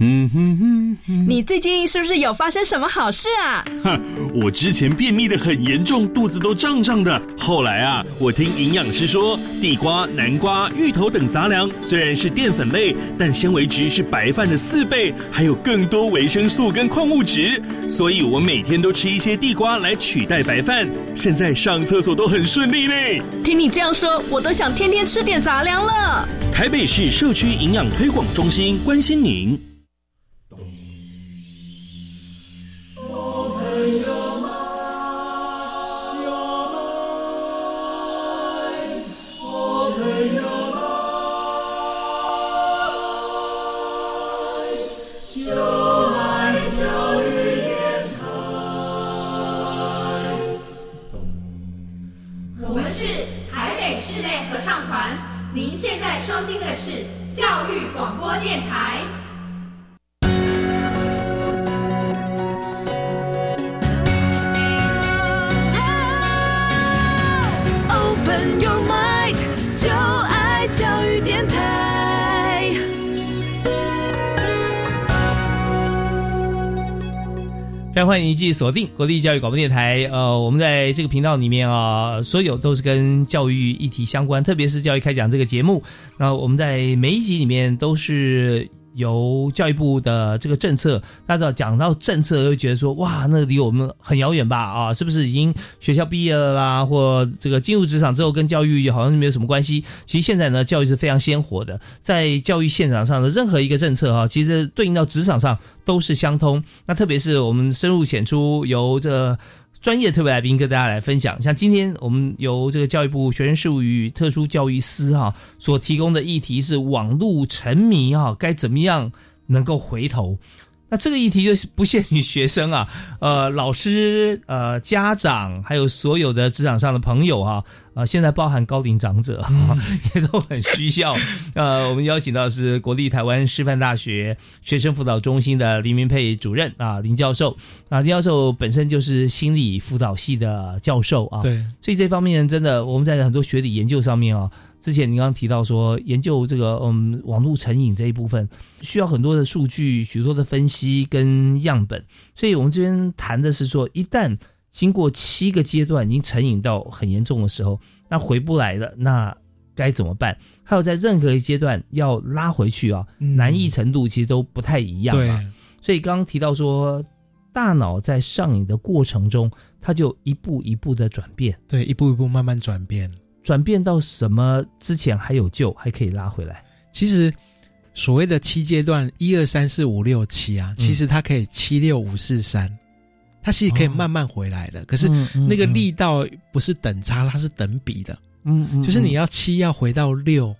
[SPEAKER 7] 嗯哼哼哼，
[SPEAKER 8] 你最近是不是有发生什么好事啊？
[SPEAKER 7] 哼， 我之前便秘的很严重，肚子都胀胀的。后来啊，我听营养师说，地瓜、南瓜、芋头等杂粮虽然是淀粉类，但纤维值是白饭的四倍，还有更多维生素跟矿物质。所以我每天都吃一些地瓜来取代白饭，现在上厕所都很顺利嘞。
[SPEAKER 8] 听你这样说，我都想天天吃点杂粮了。
[SPEAKER 7] 台北市社区营养推广中心关心您。
[SPEAKER 2] 非常欢迎继续锁定国立教育广播电台。呃，我们在这个频道里面啊，所有都是跟教育议题相关，特别是教育开讲这个节目。那我们在每一集里面都是由教育部的这个政策，大家知道讲到政策，会觉得说哇，那离我们很遥远吧？啊，是不是已经学校毕业了啦，或这个进入职场之后跟教育好像没有什么关系？其实现在呢，教育是非常鲜活的，在教育现场上的任何一个政策啊，其实对应到职场上。都是相通。那特别是我们深入浅出，由这专业特别来宾跟大家来分享。像今天我们由这个教育部学生事务与特殊教育司哈、啊、所提供的议题是网络沉迷哈、啊、该怎么样能够回头。那这个议题就是不限于学生啊， 呃，老师、呃，家长，还有所有的职场上的朋友啊，呃，现在包含高龄长者、啊 也都很需要。 呃，我们邀请到是国立台湾师范大学学生辅导中心的林明佩主任啊，林教授啊，林教授本身就是心理辅导系的教授啊，
[SPEAKER 3] 对，
[SPEAKER 2] 所以这方面真的我们在很多学理研究上面啊。之前您刚刚提到说，研究这个嗯网络成瘾这一部分，需要很多的数据、许多的分析跟样本，所以我们这边谈的是说，一旦经过七个阶段已经成瘾到很严重的时候，那回不来了，那该怎么办？还有在任何一阶段要拉回去啊，难易程度其实都不太一样啊。
[SPEAKER 3] 嗯、
[SPEAKER 2] 所以刚刚提到说，大脑在上瘾的过程中，它就一步一步的转变，
[SPEAKER 3] 对，一步一步慢慢转变。
[SPEAKER 2] 转变到什么之前还有救，还可以拉回来。
[SPEAKER 3] 其实所谓的七阶段，一二三四五六七啊，其实它可以七六五四三，它其实可以慢慢回来的。哦、可是那个力道不是等差，它是等比的。
[SPEAKER 2] 嗯嗯，
[SPEAKER 3] 就是你要七要回到六，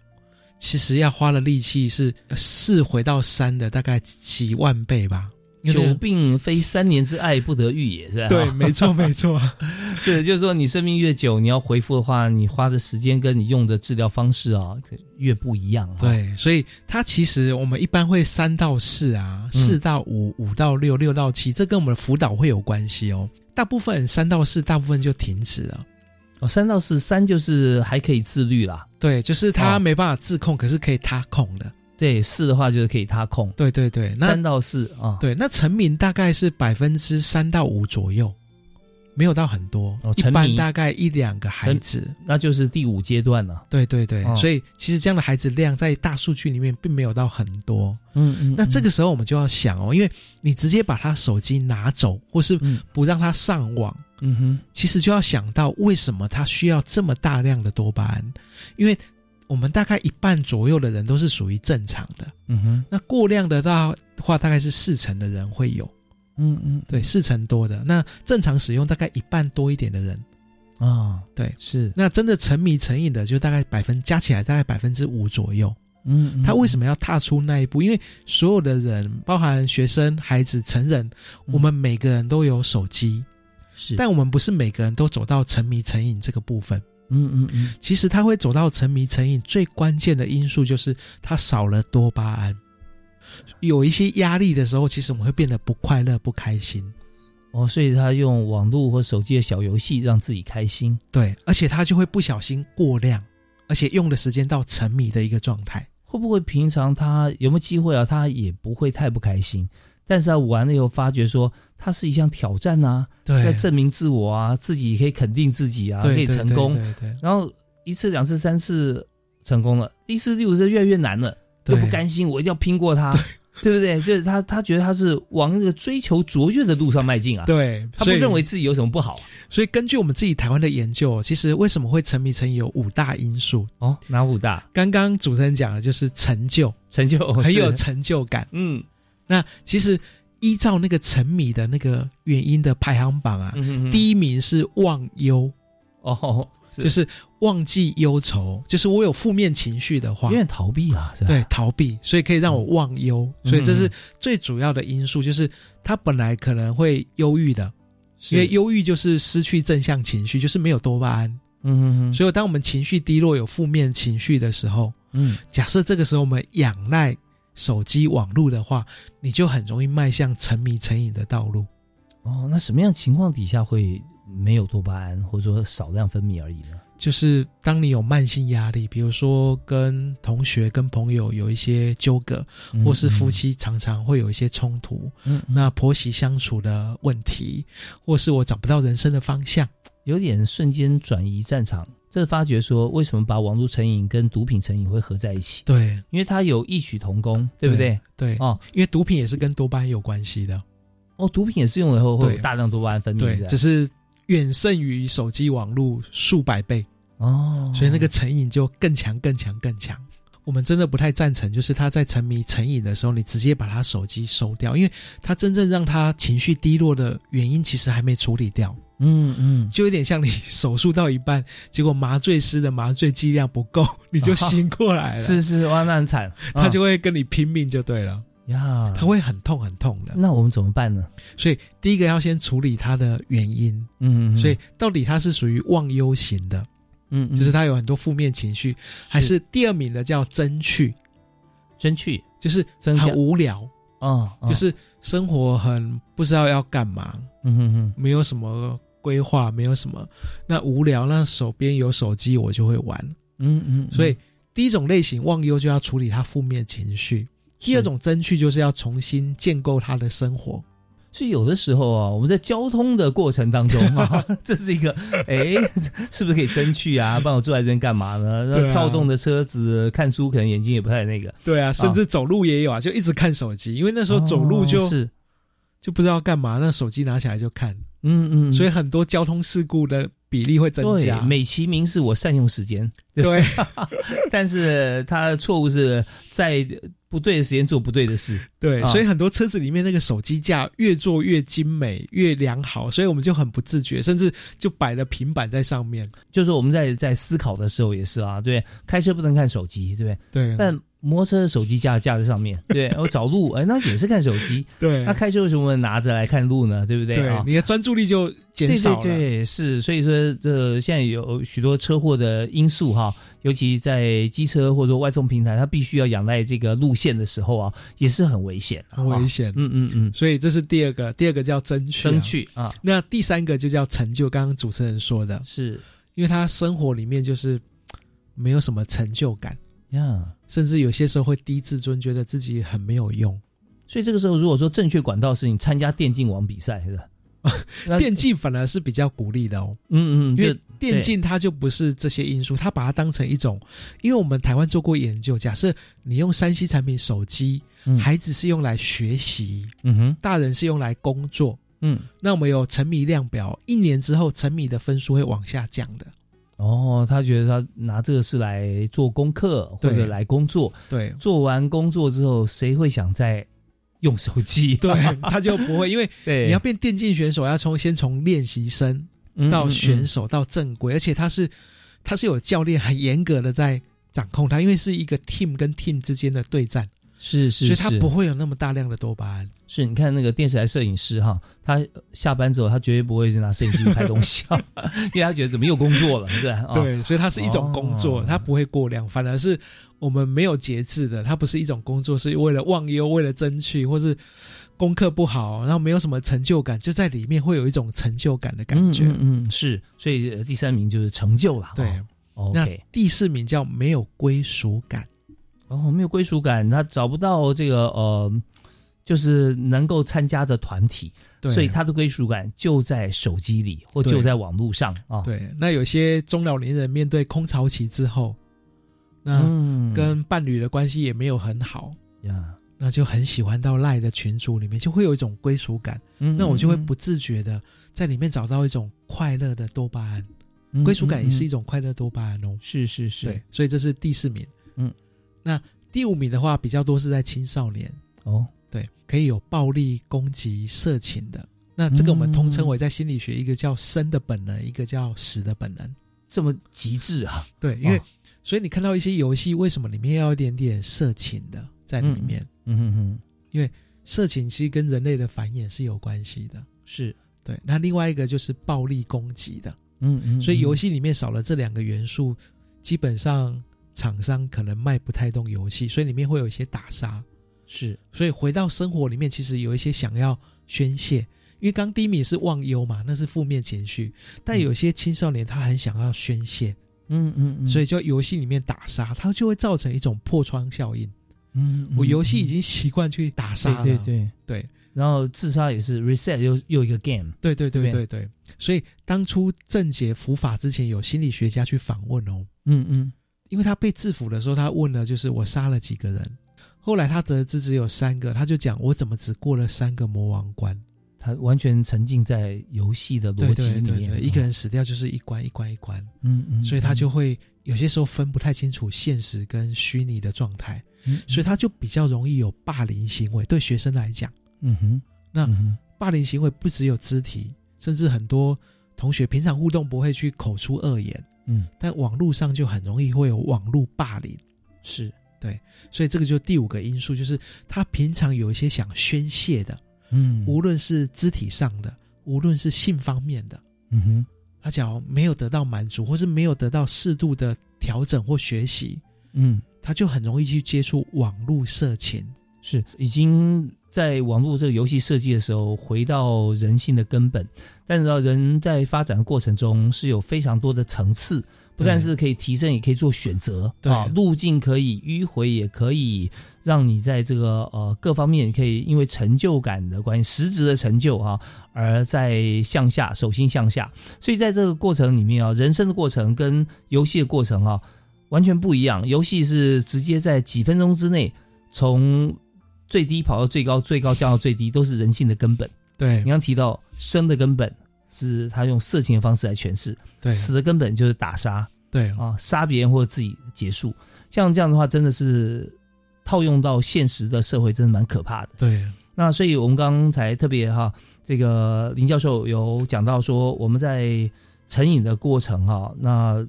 [SPEAKER 3] 其实要花的力气是呃四回到三的大概几万倍吧。
[SPEAKER 2] 久病非三年之爱不得愈也，是吧？
[SPEAKER 3] 对，没错，没错。
[SPEAKER 2] 对，就是说你生命越久，你要回复的话，你花的时间跟你用的治疗方式啊、哦，越不一样、哦。
[SPEAKER 3] 对，所以它其实我们一般会三到四啊，四到五，五到六，六到七，这跟我们的辅导会有关系哦。大部分三到四，大部分就停止了。
[SPEAKER 2] 哦，三到四，三就是还可以自律啦。
[SPEAKER 3] 对，就是他没办法自控，哦、可是可以他控的。
[SPEAKER 2] 对四的话就是可以他控，
[SPEAKER 3] 对对对，
[SPEAKER 2] 三到四啊，
[SPEAKER 3] 对，那成名大概是百分之三到五左右，没有到很多，
[SPEAKER 2] 哦
[SPEAKER 3] 一
[SPEAKER 2] 沉迷
[SPEAKER 3] 般大概一两个孩子。
[SPEAKER 2] 那就是第五阶段了。
[SPEAKER 3] 对对对，
[SPEAKER 2] 哦
[SPEAKER 3] 所以其实这样的孩子量在大数据里面并没有到很多。
[SPEAKER 2] 嗯嗯
[SPEAKER 3] 那这个时候我们就要想哦，因为你直接把他手机拿走，或是不让他上网，
[SPEAKER 2] 嗯哼，
[SPEAKER 3] 其实就要想到为什么他需要这么大量的多巴胺，因为我们大概一半左右的人都是属于正常的，
[SPEAKER 2] 嗯哼，
[SPEAKER 3] 那过量的大话大概是四成的人会有，
[SPEAKER 2] 嗯嗯，
[SPEAKER 3] 对，四成多的，那正常使用大概一半多一点的人，
[SPEAKER 2] 啊，
[SPEAKER 3] 对，
[SPEAKER 2] 是，
[SPEAKER 3] 那真的沉迷成瘾的就大概百分加起来大概百分之五左右。
[SPEAKER 2] 嗯
[SPEAKER 3] 他为
[SPEAKER 2] 什
[SPEAKER 3] 什么要踏出那一步？因为所有的人，包含学生、孩子、成人，我们每个人都有手机，
[SPEAKER 2] 嗯是
[SPEAKER 3] 但我们不是每个人都走到沉迷成瘾这个部分。
[SPEAKER 2] 嗯嗯嗯，
[SPEAKER 3] 其实他会走到沉迷成瘾，最关键的因素就是他少了多巴胺。有一些压力的时候，其实我们会变得不快乐、不开心。
[SPEAKER 2] 哦，所以他用网络或手机的小游戏让自己开心。
[SPEAKER 3] 对，而且他就会不小心过量，而且用的时间到沉迷的一个状态。
[SPEAKER 2] 会不会平常他有没有机会啊？他也不会太不开心，但是他玩了以后发觉说，它是一项挑战啊，
[SPEAKER 3] 对
[SPEAKER 2] 在证明自我啊，自己可以肯定自己啊，可
[SPEAKER 3] 对
[SPEAKER 2] 以
[SPEAKER 3] 对
[SPEAKER 2] 成
[SPEAKER 3] 对
[SPEAKER 2] 功。
[SPEAKER 3] 对对
[SPEAKER 2] 然后一次、两次、三次成功了，第四、第五次越来越难了，又
[SPEAKER 3] 对
[SPEAKER 2] 不甘心，我一定要拼过它，对不对？就是他，他觉得他是往那个追求卓越的路上迈进啊，，
[SPEAKER 3] 对，
[SPEAKER 2] 他不
[SPEAKER 3] 所以
[SPEAKER 2] 认为自己有什么不好啊。
[SPEAKER 3] 所以根据我们自己台湾的研究，其实为什么会沉迷成瘾有五大因素。
[SPEAKER 2] 哦，哪五大
[SPEAKER 3] 刚刚主持人讲的就是成就，
[SPEAKER 2] 成就
[SPEAKER 3] 很有
[SPEAKER 2] 哦是
[SPEAKER 3] 成就感。
[SPEAKER 2] 嗯
[SPEAKER 3] 那其实依照那个沉迷的那个原因的排行榜啊，
[SPEAKER 2] 嗯
[SPEAKER 3] 第一名是忘忧，
[SPEAKER 2] 哦，是
[SPEAKER 3] 就是忘记忧愁，就是我有负面情绪的话
[SPEAKER 2] 有，点逃避啊，是吧？
[SPEAKER 3] 对，逃避，所以可以让我忘忧，
[SPEAKER 2] 嗯
[SPEAKER 3] 所以这是最主要的因素，就是他本来可能会忧郁的，
[SPEAKER 2] 是，
[SPEAKER 3] 因为忧郁就是失去正向情绪，就是没有多巴胺。
[SPEAKER 2] 嗯嗯嗯，
[SPEAKER 3] 所以，当我们情绪低落、有负面情绪的时候，
[SPEAKER 2] 嗯
[SPEAKER 3] 假设这个时候我们仰赖手机、网络的话，你就很容易迈向沉迷、成瘾的道路。
[SPEAKER 2] 哦，那什么样情况底下会没有多巴胺，或者说少量分泌而已呢？
[SPEAKER 3] 就是当你有慢性压力，比如说跟同学、跟朋友有一些纠葛，或是夫妻常常会有一些冲突，
[SPEAKER 2] 嗯，嗯，
[SPEAKER 3] 那婆媳相处的问题，或是我找不到人生的方向，
[SPEAKER 2] 有点瞬间转移战场。这发觉说，为什么把网络成瘾跟毒品成瘾会合在一起？
[SPEAKER 3] 对
[SPEAKER 2] 因为它有异曲同工，对不对？
[SPEAKER 3] 对，
[SPEAKER 2] 哦
[SPEAKER 3] 因为毒品也是跟多巴胺有关系的，
[SPEAKER 2] 哦，毒品也是用了以后会有
[SPEAKER 3] 对
[SPEAKER 2] 大量多巴胺分泌
[SPEAKER 3] 对，
[SPEAKER 2] 的，
[SPEAKER 3] 只是远胜于手机、网络数百倍。
[SPEAKER 2] 哦，
[SPEAKER 3] 所以那个成瘾就更强、更强、更强。我们真的不太赞成，就是他在沉迷成瘾的时候，你直接把他手机收掉，因为他真正让他情绪低落的原因，其实还没处理掉，
[SPEAKER 2] 嗯嗯，
[SPEAKER 3] 就有点像你手术到一半，结果麻醉师的麻醉剂量不够，你就醒过来了，
[SPEAKER 2] 是嗯是，哇，那很惨，
[SPEAKER 3] 他就
[SPEAKER 2] 啊
[SPEAKER 3] 会跟你拼命就对了，
[SPEAKER 2] 呀，
[SPEAKER 3] 他。会很痛很痛的。
[SPEAKER 2] 那我们怎么办呢？
[SPEAKER 3] 所以第一个要先处理他的原因，
[SPEAKER 2] 嗯，嗯
[SPEAKER 3] 所以到底他是属于忘忧型的，
[SPEAKER 2] 嗯，嗯
[SPEAKER 3] 就是他有很多负面情绪，还是第二名的叫争取，
[SPEAKER 2] 真去
[SPEAKER 3] 就是嗯
[SPEAKER 2] 增加
[SPEAKER 3] 很无聊，
[SPEAKER 2] 哦，哦
[SPEAKER 3] 就是生活很不知道要干嘛，
[SPEAKER 2] 嗯嗯嗯，
[SPEAKER 3] 没有什么规划，没有什么那无聊，那手边有手机我就会玩。
[SPEAKER 2] 嗯嗯，嗯
[SPEAKER 3] 所以第一种类型忘忧就要处理他负面情绪，第二，
[SPEAKER 2] 是
[SPEAKER 3] 种争取就是要重新建构他的生活。
[SPEAKER 2] 所以有的时候啊，我们在交通的过程当 中啊，这是一个哎， 是不是可以争取啊？不然我坐在这边干嘛呢？
[SPEAKER 3] 对
[SPEAKER 2] 那
[SPEAKER 3] 啊
[SPEAKER 2] 跳动的车子看书，可能眼睛也不太那个。
[SPEAKER 3] 对啊，甚至走路也有啊，就一直看手机，因为那时候走路就、
[SPEAKER 2] 哦是，
[SPEAKER 3] 就不知道干嘛，那手机拿起来就看，
[SPEAKER 2] 嗯嗯，
[SPEAKER 3] 所以很多交通事故的比例会增
[SPEAKER 2] 对
[SPEAKER 3] 加。，
[SPEAKER 2] 美其名是我善用时间，
[SPEAKER 3] 对，
[SPEAKER 2] 但是他的错误是在不对的时间做不对的事。
[SPEAKER 3] 对，
[SPEAKER 2] 啊
[SPEAKER 3] 所以很多车子里面那个手机架越做越精美、越良好，所以我们就很不自觉，甚至就摆了平板在上面。
[SPEAKER 2] 就是我们在在思考的时候也是啊，对，开车不能看手机，对不对？
[SPEAKER 3] 对，
[SPEAKER 2] 但摩托车的手机架架在上面，对，我找路，哎，那也是看手机。
[SPEAKER 3] 对，
[SPEAKER 2] 那开车为什么不能拿着来看路呢？对不对
[SPEAKER 3] 对
[SPEAKER 2] 啊？
[SPEAKER 3] 你的专注力就减少了。
[SPEAKER 2] 对对对，是，所以说这现在有许多车祸的因素哈，尤其在机车或者说外送平台，它必须要仰赖这个路线的时候啊，也是很危险的，
[SPEAKER 3] 很危
[SPEAKER 2] 啊。
[SPEAKER 3] 险。
[SPEAKER 2] 嗯嗯嗯，
[SPEAKER 3] 所以这是第二个，第二个叫争取、
[SPEAKER 2] 争。取啊，
[SPEAKER 3] 那第三个就叫成就，刚刚主持人说的，
[SPEAKER 2] 是
[SPEAKER 3] 因为他生活里面就是嘖没有什么成就感，
[SPEAKER 2] 呀。
[SPEAKER 3] 甚至有些时候会低自尊，觉得自己很没有用。
[SPEAKER 2] 所以这个时候，如果说正确管道是你参加电竞网比赛是吧？
[SPEAKER 3] 电竞反而是比较鼓励的哦。
[SPEAKER 2] 嗯嗯，
[SPEAKER 3] 因为
[SPEAKER 2] 就
[SPEAKER 3] 电竞它就不是这些因素，它把它当成一种，因为我们台湾做过研究，假设你用三 C 产品手机，
[SPEAKER 2] 嗯
[SPEAKER 3] 孩子是用来学习，
[SPEAKER 2] 嗯哼，
[SPEAKER 3] 大人是用来工作。
[SPEAKER 2] 嗯，
[SPEAKER 3] 那我们有沉迷量表，一年之后沉迷的分数会往下降的。
[SPEAKER 2] 哦，他觉得他拿这个是来做功课或
[SPEAKER 3] 对
[SPEAKER 2] 者来工作，
[SPEAKER 3] 对
[SPEAKER 2] 做完工作之后，谁会想再用手机？
[SPEAKER 3] 对，他就不会，因为
[SPEAKER 2] 对
[SPEAKER 3] 你要变电竞选手，要从先从练习生
[SPEAKER 2] 嗯
[SPEAKER 3] 到
[SPEAKER 2] 嗯
[SPEAKER 3] 选
[SPEAKER 2] 嗯
[SPEAKER 3] 手到正规，而且他是他是有教练很严格的在掌控他，因为是一个 team 跟 team 之间的对战，
[SPEAKER 2] 是是，
[SPEAKER 3] 所以他
[SPEAKER 2] 是
[SPEAKER 3] 不会有那么大量的多巴胺。
[SPEAKER 2] 是，你看那个电视台摄影师哈，他下班之后，他绝对不会是拿摄影机拍东 西啊，因为他觉得怎么又工作了，是吧？啊
[SPEAKER 3] 对，所以它是一种工作，
[SPEAKER 2] 哦
[SPEAKER 3] 它不会过量，反而是我们没有节制的，它不是一种工作，是为了忘忧、为了争取，或是功课不好，然后没有什么成就感，就在里面会有一种成就感的感觉。
[SPEAKER 2] 嗯嗯嗯是，所以呃第三名就是成就了。
[SPEAKER 3] 对
[SPEAKER 2] 哦
[SPEAKER 3] 那
[SPEAKER 2] ，OK，
[SPEAKER 3] 第四名叫没有归属感，
[SPEAKER 2] 然哦后没有归属感，他找不到这个呃，就是能够参加的团体，
[SPEAKER 3] 对
[SPEAKER 2] 所以他的归属感就在手机里或
[SPEAKER 3] 对
[SPEAKER 2] 就在网络上啊。
[SPEAKER 3] 对，那有些中老年人面对空巢期之后，那
[SPEAKER 2] 嗯
[SPEAKER 3] 跟伴侣的关系也没有很好，
[SPEAKER 2] 呀，
[SPEAKER 3] 那就很喜欢到赖的群组里面，就会有一种归属感。
[SPEAKER 2] 嗯
[SPEAKER 3] 那我就会
[SPEAKER 2] 嗯嗯
[SPEAKER 3] 不自觉的在里面找到一种快乐的多巴胺，
[SPEAKER 2] 嗯
[SPEAKER 3] 归属感也是
[SPEAKER 2] 嗯
[SPEAKER 3] 一
[SPEAKER 2] 嗯
[SPEAKER 3] 种快乐多巴胺哦。
[SPEAKER 2] 是是是，
[SPEAKER 3] 对，所以这是第四名。
[SPEAKER 2] 嗯，
[SPEAKER 3] 那第五名的话比较多是在青少年，
[SPEAKER 2] 哦，
[SPEAKER 3] 对，可以有暴力攻击、色情的。那这个我们通
[SPEAKER 2] 嗯
[SPEAKER 3] 称为在心理学一个叫生的本能，一个叫死的本能。
[SPEAKER 2] 这么极致啊，
[SPEAKER 3] 对，因为、
[SPEAKER 2] 哦
[SPEAKER 3] 所以你看到一些游戏，为什么里面要有一点点色情的在里面？
[SPEAKER 2] 嗯嗯嗯，
[SPEAKER 3] 因为色情其实跟人类的繁衍是有关系的。
[SPEAKER 2] 是，
[SPEAKER 3] 对，那另外一个就是暴力攻击的，
[SPEAKER 2] 嗯嗯，
[SPEAKER 3] 所
[SPEAKER 2] 嗯
[SPEAKER 3] 以游戏里面少了这两个元素，基本上厂商可能卖不太动游戏，所以里面会有一些打杀。
[SPEAKER 2] 是
[SPEAKER 3] 所以回到生活里面，其实有一些想要宣泄，因为刚第一名是忘忧嘛，那是负面情绪，但有些青少年他很想要宣泄，
[SPEAKER 2] 嗯嗯嗯，
[SPEAKER 3] 所以
[SPEAKER 2] 以
[SPEAKER 3] 就游戏里面打杀，他就会造成一种破窗效应。
[SPEAKER 2] 嗯，
[SPEAKER 3] 我
[SPEAKER 2] 嗯
[SPEAKER 3] 游戏已
[SPEAKER 2] 嗯
[SPEAKER 3] 经习惯去打杀了，
[SPEAKER 2] 对对对，
[SPEAKER 3] 对
[SPEAKER 2] 然后自杀也是 reset 又又一个 game，
[SPEAKER 3] 对对对
[SPEAKER 2] 对
[SPEAKER 3] 对对，所以当初郑解伏法之前，有心理学家去访问哦，
[SPEAKER 2] 嗯嗯
[SPEAKER 3] 因为他被制服的时候，他问了就是我杀了几个人，后来他得知只有三个，他就讲我怎么只过了三个魔王关？
[SPEAKER 2] 他完全沉浸在游戏的逻
[SPEAKER 3] 对
[SPEAKER 2] 辑
[SPEAKER 3] 对
[SPEAKER 2] 里
[SPEAKER 3] 对
[SPEAKER 2] 面，
[SPEAKER 3] 对，一个人死掉就是一关一关一关，
[SPEAKER 2] 嗯嗯，
[SPEAKER 3] 所以他就会有些时候分不太清楚现实跟虚拟的状态，
[SPEAKER 2] 嗯，
[SPEAKER 3] 所以
[SPEAKER 2] 以
[SPEAKER 3] 他就比较容易有霸凌行为。对学生来讲，
[SPEAKER 2] 嗯哼，
[SPEAKER 3] 那
[SPEAKER 2] 嗯哼
[SPEAKER 3] 霸凌行为不只有肢体，甚至很多同学平常互动不会去口出恶言，
[SPEAKER 2] 嗯
[SPEAKER 3] 但网络上就很容易会有网络霸凌。
[SPEAKER 2] 是，
[SPEAKER 3] 所以这个就第五个因素，就是他平常有一些想宣泄的，
[SPEAKER 2] 嗯，
[SPEAKER 3] 无论是肢体上的，无论是性方面的，
[SPEAKER 2] 嗯哼，
[SPEAKER 3] 他只要没有得到满足，或是没有得到适度的调整或学习，
[SPEAKER 2] 嗯
[SPEAKER 3] 他就很容易去接触网络色情。
[SPEAKER 2] 是已经在网络这个游戏设计的时候，回到人性的根本。但是呢，人在发展的过程中是有非常多的层次，不但
[SPEAKER 3] 对
[SPEAKER 2] 是可以提升，也可以做选择
[SPEAKER 3] 对
[SPEAKER 2] 啊，路径可以迂回，也可以让你在这个呃各方面可以因为成就感的关系，实质的成就啊，而在向下，手心向下。所以在这个过程里面啊，人生的过程跟游戏的过程啊。完全不一样，游戏是直接在几分钟之内从最低跑到最高，最高降到最低，都是人性的根本。
[SPEAKER 3] 对
[SPEAKER 2] 你刚提到生的根本是他用色情的方式来诠释，
[SPEAKER 3] 对
[SPEAKER 2] 死的根本就是打杀
[SPEAKER 3] 对
[SPEAKER 2] 啊，杀别人或者自己结束。像这样的话，真的是套用到现实的社会，真的蛮可怕的。
[SPEAKER 3] 对
[SPEAKER 2] 那所以我们刚才特别哈，这个林教授有讲到说，我们在成瘾的过程哈，那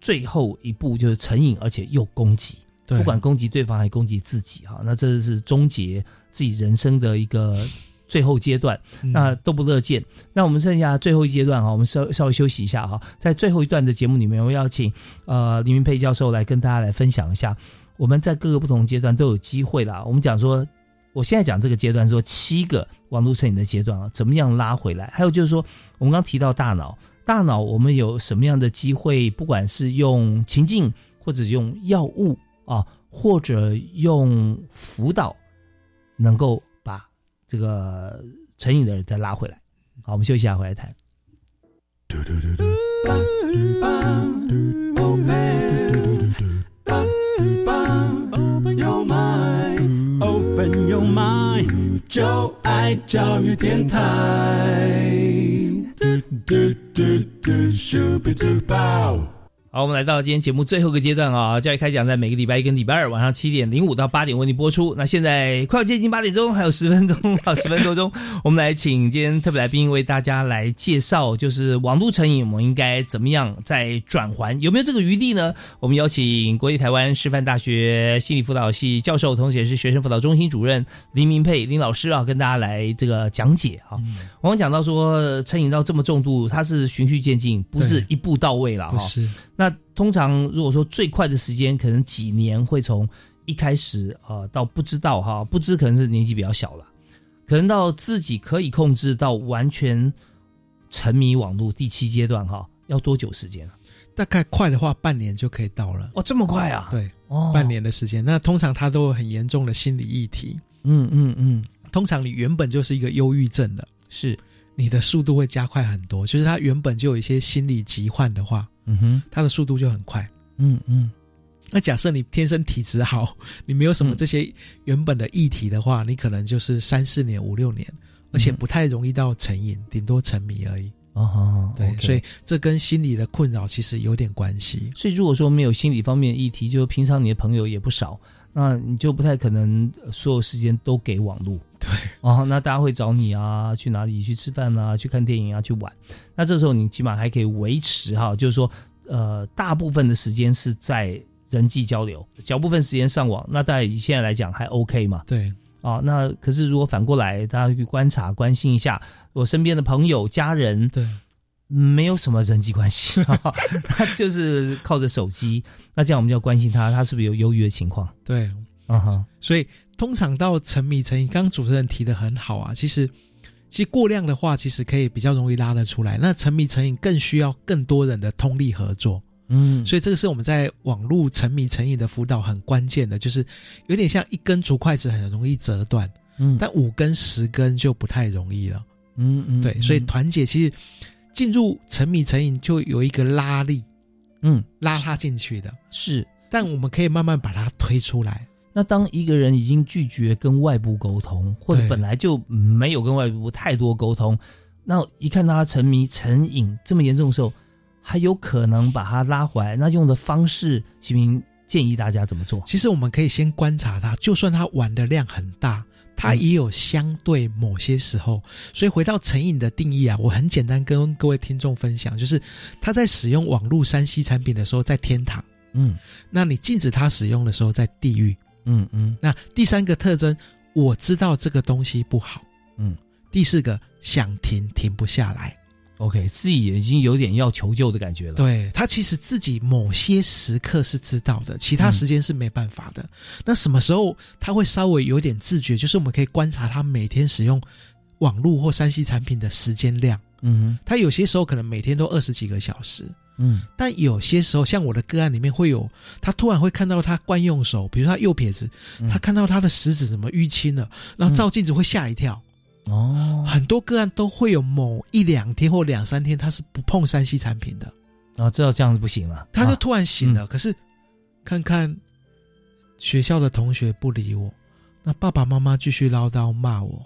[SPEAKER 2] 最后一步就是成瘾，而且又攻击，
[SPEAKER 3] 对，
[SPEAKER 2] 不管攻击对方还攻击自己哈，那这是终结自己人生的一个最后阶段，
[SPEAKER 3] 嗯
[SPEAKER 2] 那都不乐见。那我们剩下最后一阶段哈，我们稍稍微休息一下哈，在最后一段的节目里面，我要请呃林云佩教授来跟大家来分享一下，我们在各个不同阶段都有机会啦。我们讲说，我现在讲这个阶段说七个网络成瘾的阶段啊，怎么样拉回来？还有就是说，我们刚提到大脑，大脑我们有什么样的机会，不管是用情境或者用药物啊，或者用辅导，能够把这个成瘾的人再拉回来。好，我们休息一下，回来谈。
[SPEAKER 9] Open your mind, open your mind，就爱教育电台。嘟嘟嘟嘟，Super Duper。
[SPEAKER 2] 好，我们来到今天节目最后一个阶段啊，教育开讲在每个礼拜一跟礼拜二晚上七点零五到八点为您播出。那现在快要接近八点钟，还有十分钟，还有十分多钟，我们来请今天特别来宾为大家来介绍，就是网络成瘾，我们应该怎么样在转环，有没有这个余地呢？我们邀请国立台湾师范大学心理辅导系教授，同时也是学生辅导中心主任林明佩林老师啊，跟大家来这个讲解啊。
[SPEAKER 3] 嗯
[SPEAKER 2] 我们讲到说，成瘾到这么重度，它是循序渐进，不是
[SPEAKER 3] 对
[SPEAKER 2] 一步到位了哈。
[SPEAKER 3] 不是。
[SPEAKER 2] 那通常如果说最快的时间，可能几年会从一开始呃到不知道哈，不知可能是年纪比较小了，可能到自己可以控制到完全沉迷网络第七阶段哈，要多久时间啊？
[SPEAKER 3] 大概快的话，半年就可以到了。
[SPEAKER 2] 哇，这么快啊？
[SPEAKER 3] 对，
[SPEAKER 2] 哦
[SPEAKER 3] 半年的时间。那通常它都有很严重的心理议题。
[SPEAKER 2] 嗯嗯嗯，
[SPEAKER 3] 通常你原本就是一个忧郁症的，
[SPEAKER 2] 是
[SPEAKER 3] 你的速度会加快很多。就是他原本就有一些心理疾患的话，
[SPEAKER 2] 嗯哼，
[SPEAKER 3] 他的速度就很快。
[SPEAKER 2] 嗯嗯，
[SPEAKER 3] 那假设你天生体质好，你没有什么这些原本的议题的话，你可能就是三四年、五六年，而且不太容易到成瘾，顶多沉迷而已。
[SPEAKER 2] 哦好好，
[SPEAKER 3] 对
[SPEAKER 2] OK
[SPEAKER 3] 所以这跟心理的困扰其实有点关系。
[SPEAKER 2] 所以如果说没有心理方面的议题，就平常你的朋友也不少，那你就不太可能呃所有时间都给网络。
[SPEAKER 3] 对，
[SPEAKER 2] 哦，那大家会找你啊，去哪里去吃饭啊，去看电影啊，去玩。那这时候你起码还可以维持哈，就是说，呃，大部分的时间是在人际交流，小部分时间上网。那大家以现在来讲还 OK 嘛？
[SPEAKER 3] 对，
[SPEAKER 2] 啊、那可是如果反过来，大家去观察、关心一下我身边的朋友、家人，
[SPEAKER 3] 对，
[SPEAKER 2] 没有什么人际关系， 哈，他就是靠着手机。那这样我们就要关心他，他是不是有忧郁的情况？
[SPEAKER 3] 对，
[SPEAKER 2] 啊哈，
[SPEAKER 3] 所以通常到沉迷成瘾，刚刚主持人提的很好啊，其实其实过量的话，其实可以比较容易拉得出来。那沉迷成瘾更需要更多人的通力合作，
[SPEAKER 2] 嗯，
[SPEAKER 3] 所以这个是我们在网络沉迷成瘾的辅导很关键的，就是有点像一根竹筷子很容易折断，
[SPEAKER 2] 嗯
[SPEAKER 3] 但五根十根就不太容易了。
[SPEAKER 2] 嗯嗯，
[SPEAKER 3] 对，所以
[SPEAKER 2] 嗯
[SPEAKER 3] 团结其实进入沉迷成瘾就有一个拉力，
[SPEAKER 2] 嗯，
[SPEAKER 3] 拉他进去的，
[SPEAKER 2] 是。
[SPEAKER 3] 但我们可以慢慢把它推出来。
[SPEAKER 2] 那当一个人已经拒绝跟外部沟通，嗯或者
[SPEAKER 3] 对
[SPEAKER 2] 本来就没有跟外部太多沟通，那一看到他沉迷、成瘾这么严重的时候，还有可能把他拉回来。那用的方式，徐明建议大家怎么做？
[SPEAKER 3] 其实我们可以先观察他，就算他玩的量很大，他也有相对某些时候。所以回到成瘾的定义啊，我很简单跟各位听众分享，就是他在使用网络三 C 产品的时候在天堂，
[SPEAKER 2] 嗯
[SPEAKER 3] 那你禁止他使用的时候在地狱。
[SPEAKER 2] 嗯嗯
[SPEAKER 3] 那第三个特征，我知道这个东西不好。
[SPEAKER 2] 嗯
[SPEAKER 3] 第四个，想停停不下来。
[SPEAKER 2] ，OK，自己也已经有点要求救的感觉了。，
[SPEAKER 3] 对他其实自己某些时刻是知道的，其他时间是没办法的。那什么时候他会稍微有点自觉？就是我们可以观察他每天使用网络或三 C 产品的时间量。
[SPEAKER 2] 嗯
[SPEAKER 3] 他有些时候可能每天都二十几个小时，
[SPEAKER 2] 嗯
[SPEAKER 3] 但有些时候像我的个案里面会有，他突然会看到他惯用手，比如他右撇子，
[SPEAKER 2] 嗯
[SPEAKER 3] 他看到他的食指怎么淤青了，然后照镜子会吓一跳。
[SPEAKER 2] 哦，
[SPEAKER 3] 很多个案都会有某一两天或两三天，他是不碰三 C 产品的。
[SPEAKER 2] 啊，知道这样子不行了，
[SPEAKER 3] 他就
[SPEAKER 2] 啊
[SPEAKER 3] 突然醒了，可是看看学校的同学不理我，那爸爸妈妈继续唠叨骂我，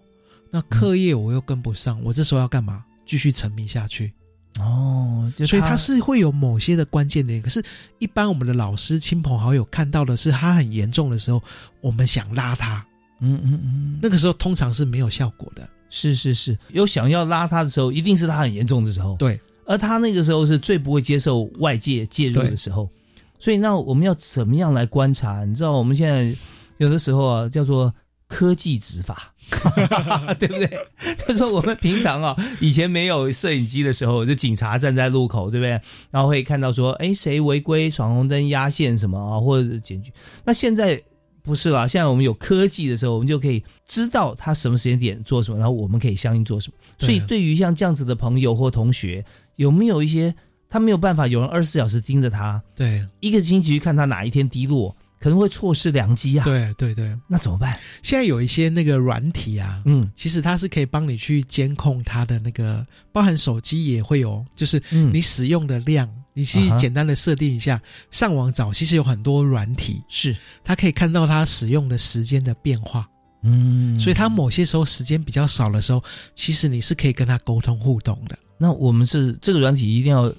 [SPEAKER 3] 那课业我又跟不上，我这时候要干嘛？继续沉迷下去。
[SPEAKER 2] 哦，就
[SPEAKER 3] 所以他是会有某些的关键点，可是，一般我们的老师、亲朋好友看到的是他很严重的时候，我们想拉他，
[SPEAKER 2] 嗯嗯嗯，
[SPEAKER 3] 那个时候通常是没有效果的。
[SPEAKER 2] 是是是，有想要拉他的时候，一定是他很严重的时候。
[SPEAKER 3] 对，
[SPEAKER 2] 而他那个时候是最不会接受外界介入的时候，所以那我们要怎么样来观察？你知道我们现在有的时候啊，叫做科技执 法， 对不对？ 就说我们平常啊，以前没有摄影机的时候，就警察站在路口，对不对？然后会看到说，哎，谁违规闯红灯、压线什么啊，或者检举。那现在不是啦，现在我们有科技的时候，我们就可以知道他什么时间点做什么，然后我们可以相应做什么。
[SPEAKER 3] 对啊
[SPEAKER 2] 所以对于像这样子的朋友或同学，有没有一些他没有办法有人二十四小时盯着他，
[SPEAKER 3] 对
[SPEAKER 2] 一个星期去看他哪一天低落，可能会错失良机啊。
[SPEAKER 3] 对对对，
[SPEAKER 2] 那怎么办？
[SPEAKER 3] 现在有一些那个软体啊，
[SPEAKER 2] 嗯，
[SPEAKER 3] 其实它是可以帮你去监控它的那个，包含手机也会有，就是
[SPEAKER 2] 嗯
[SPEAKER 3] 你使用的量，你去
[SPEAKER 2] 啊哈
[SPEAKER 3] 简单的设定一下。上网找，其实有很多软体，
[SPEAKER 2] 是
[SPEAKER 3] 它可以看到它使用的时间的变化，
[SPEAKER 2] 嗯，
[SPEAKER 3] 所以它某些时候时间比较少的时候，其实你是可以跟它沟通互动的。
[SPEAKER 2] 那我们是这个软体一定要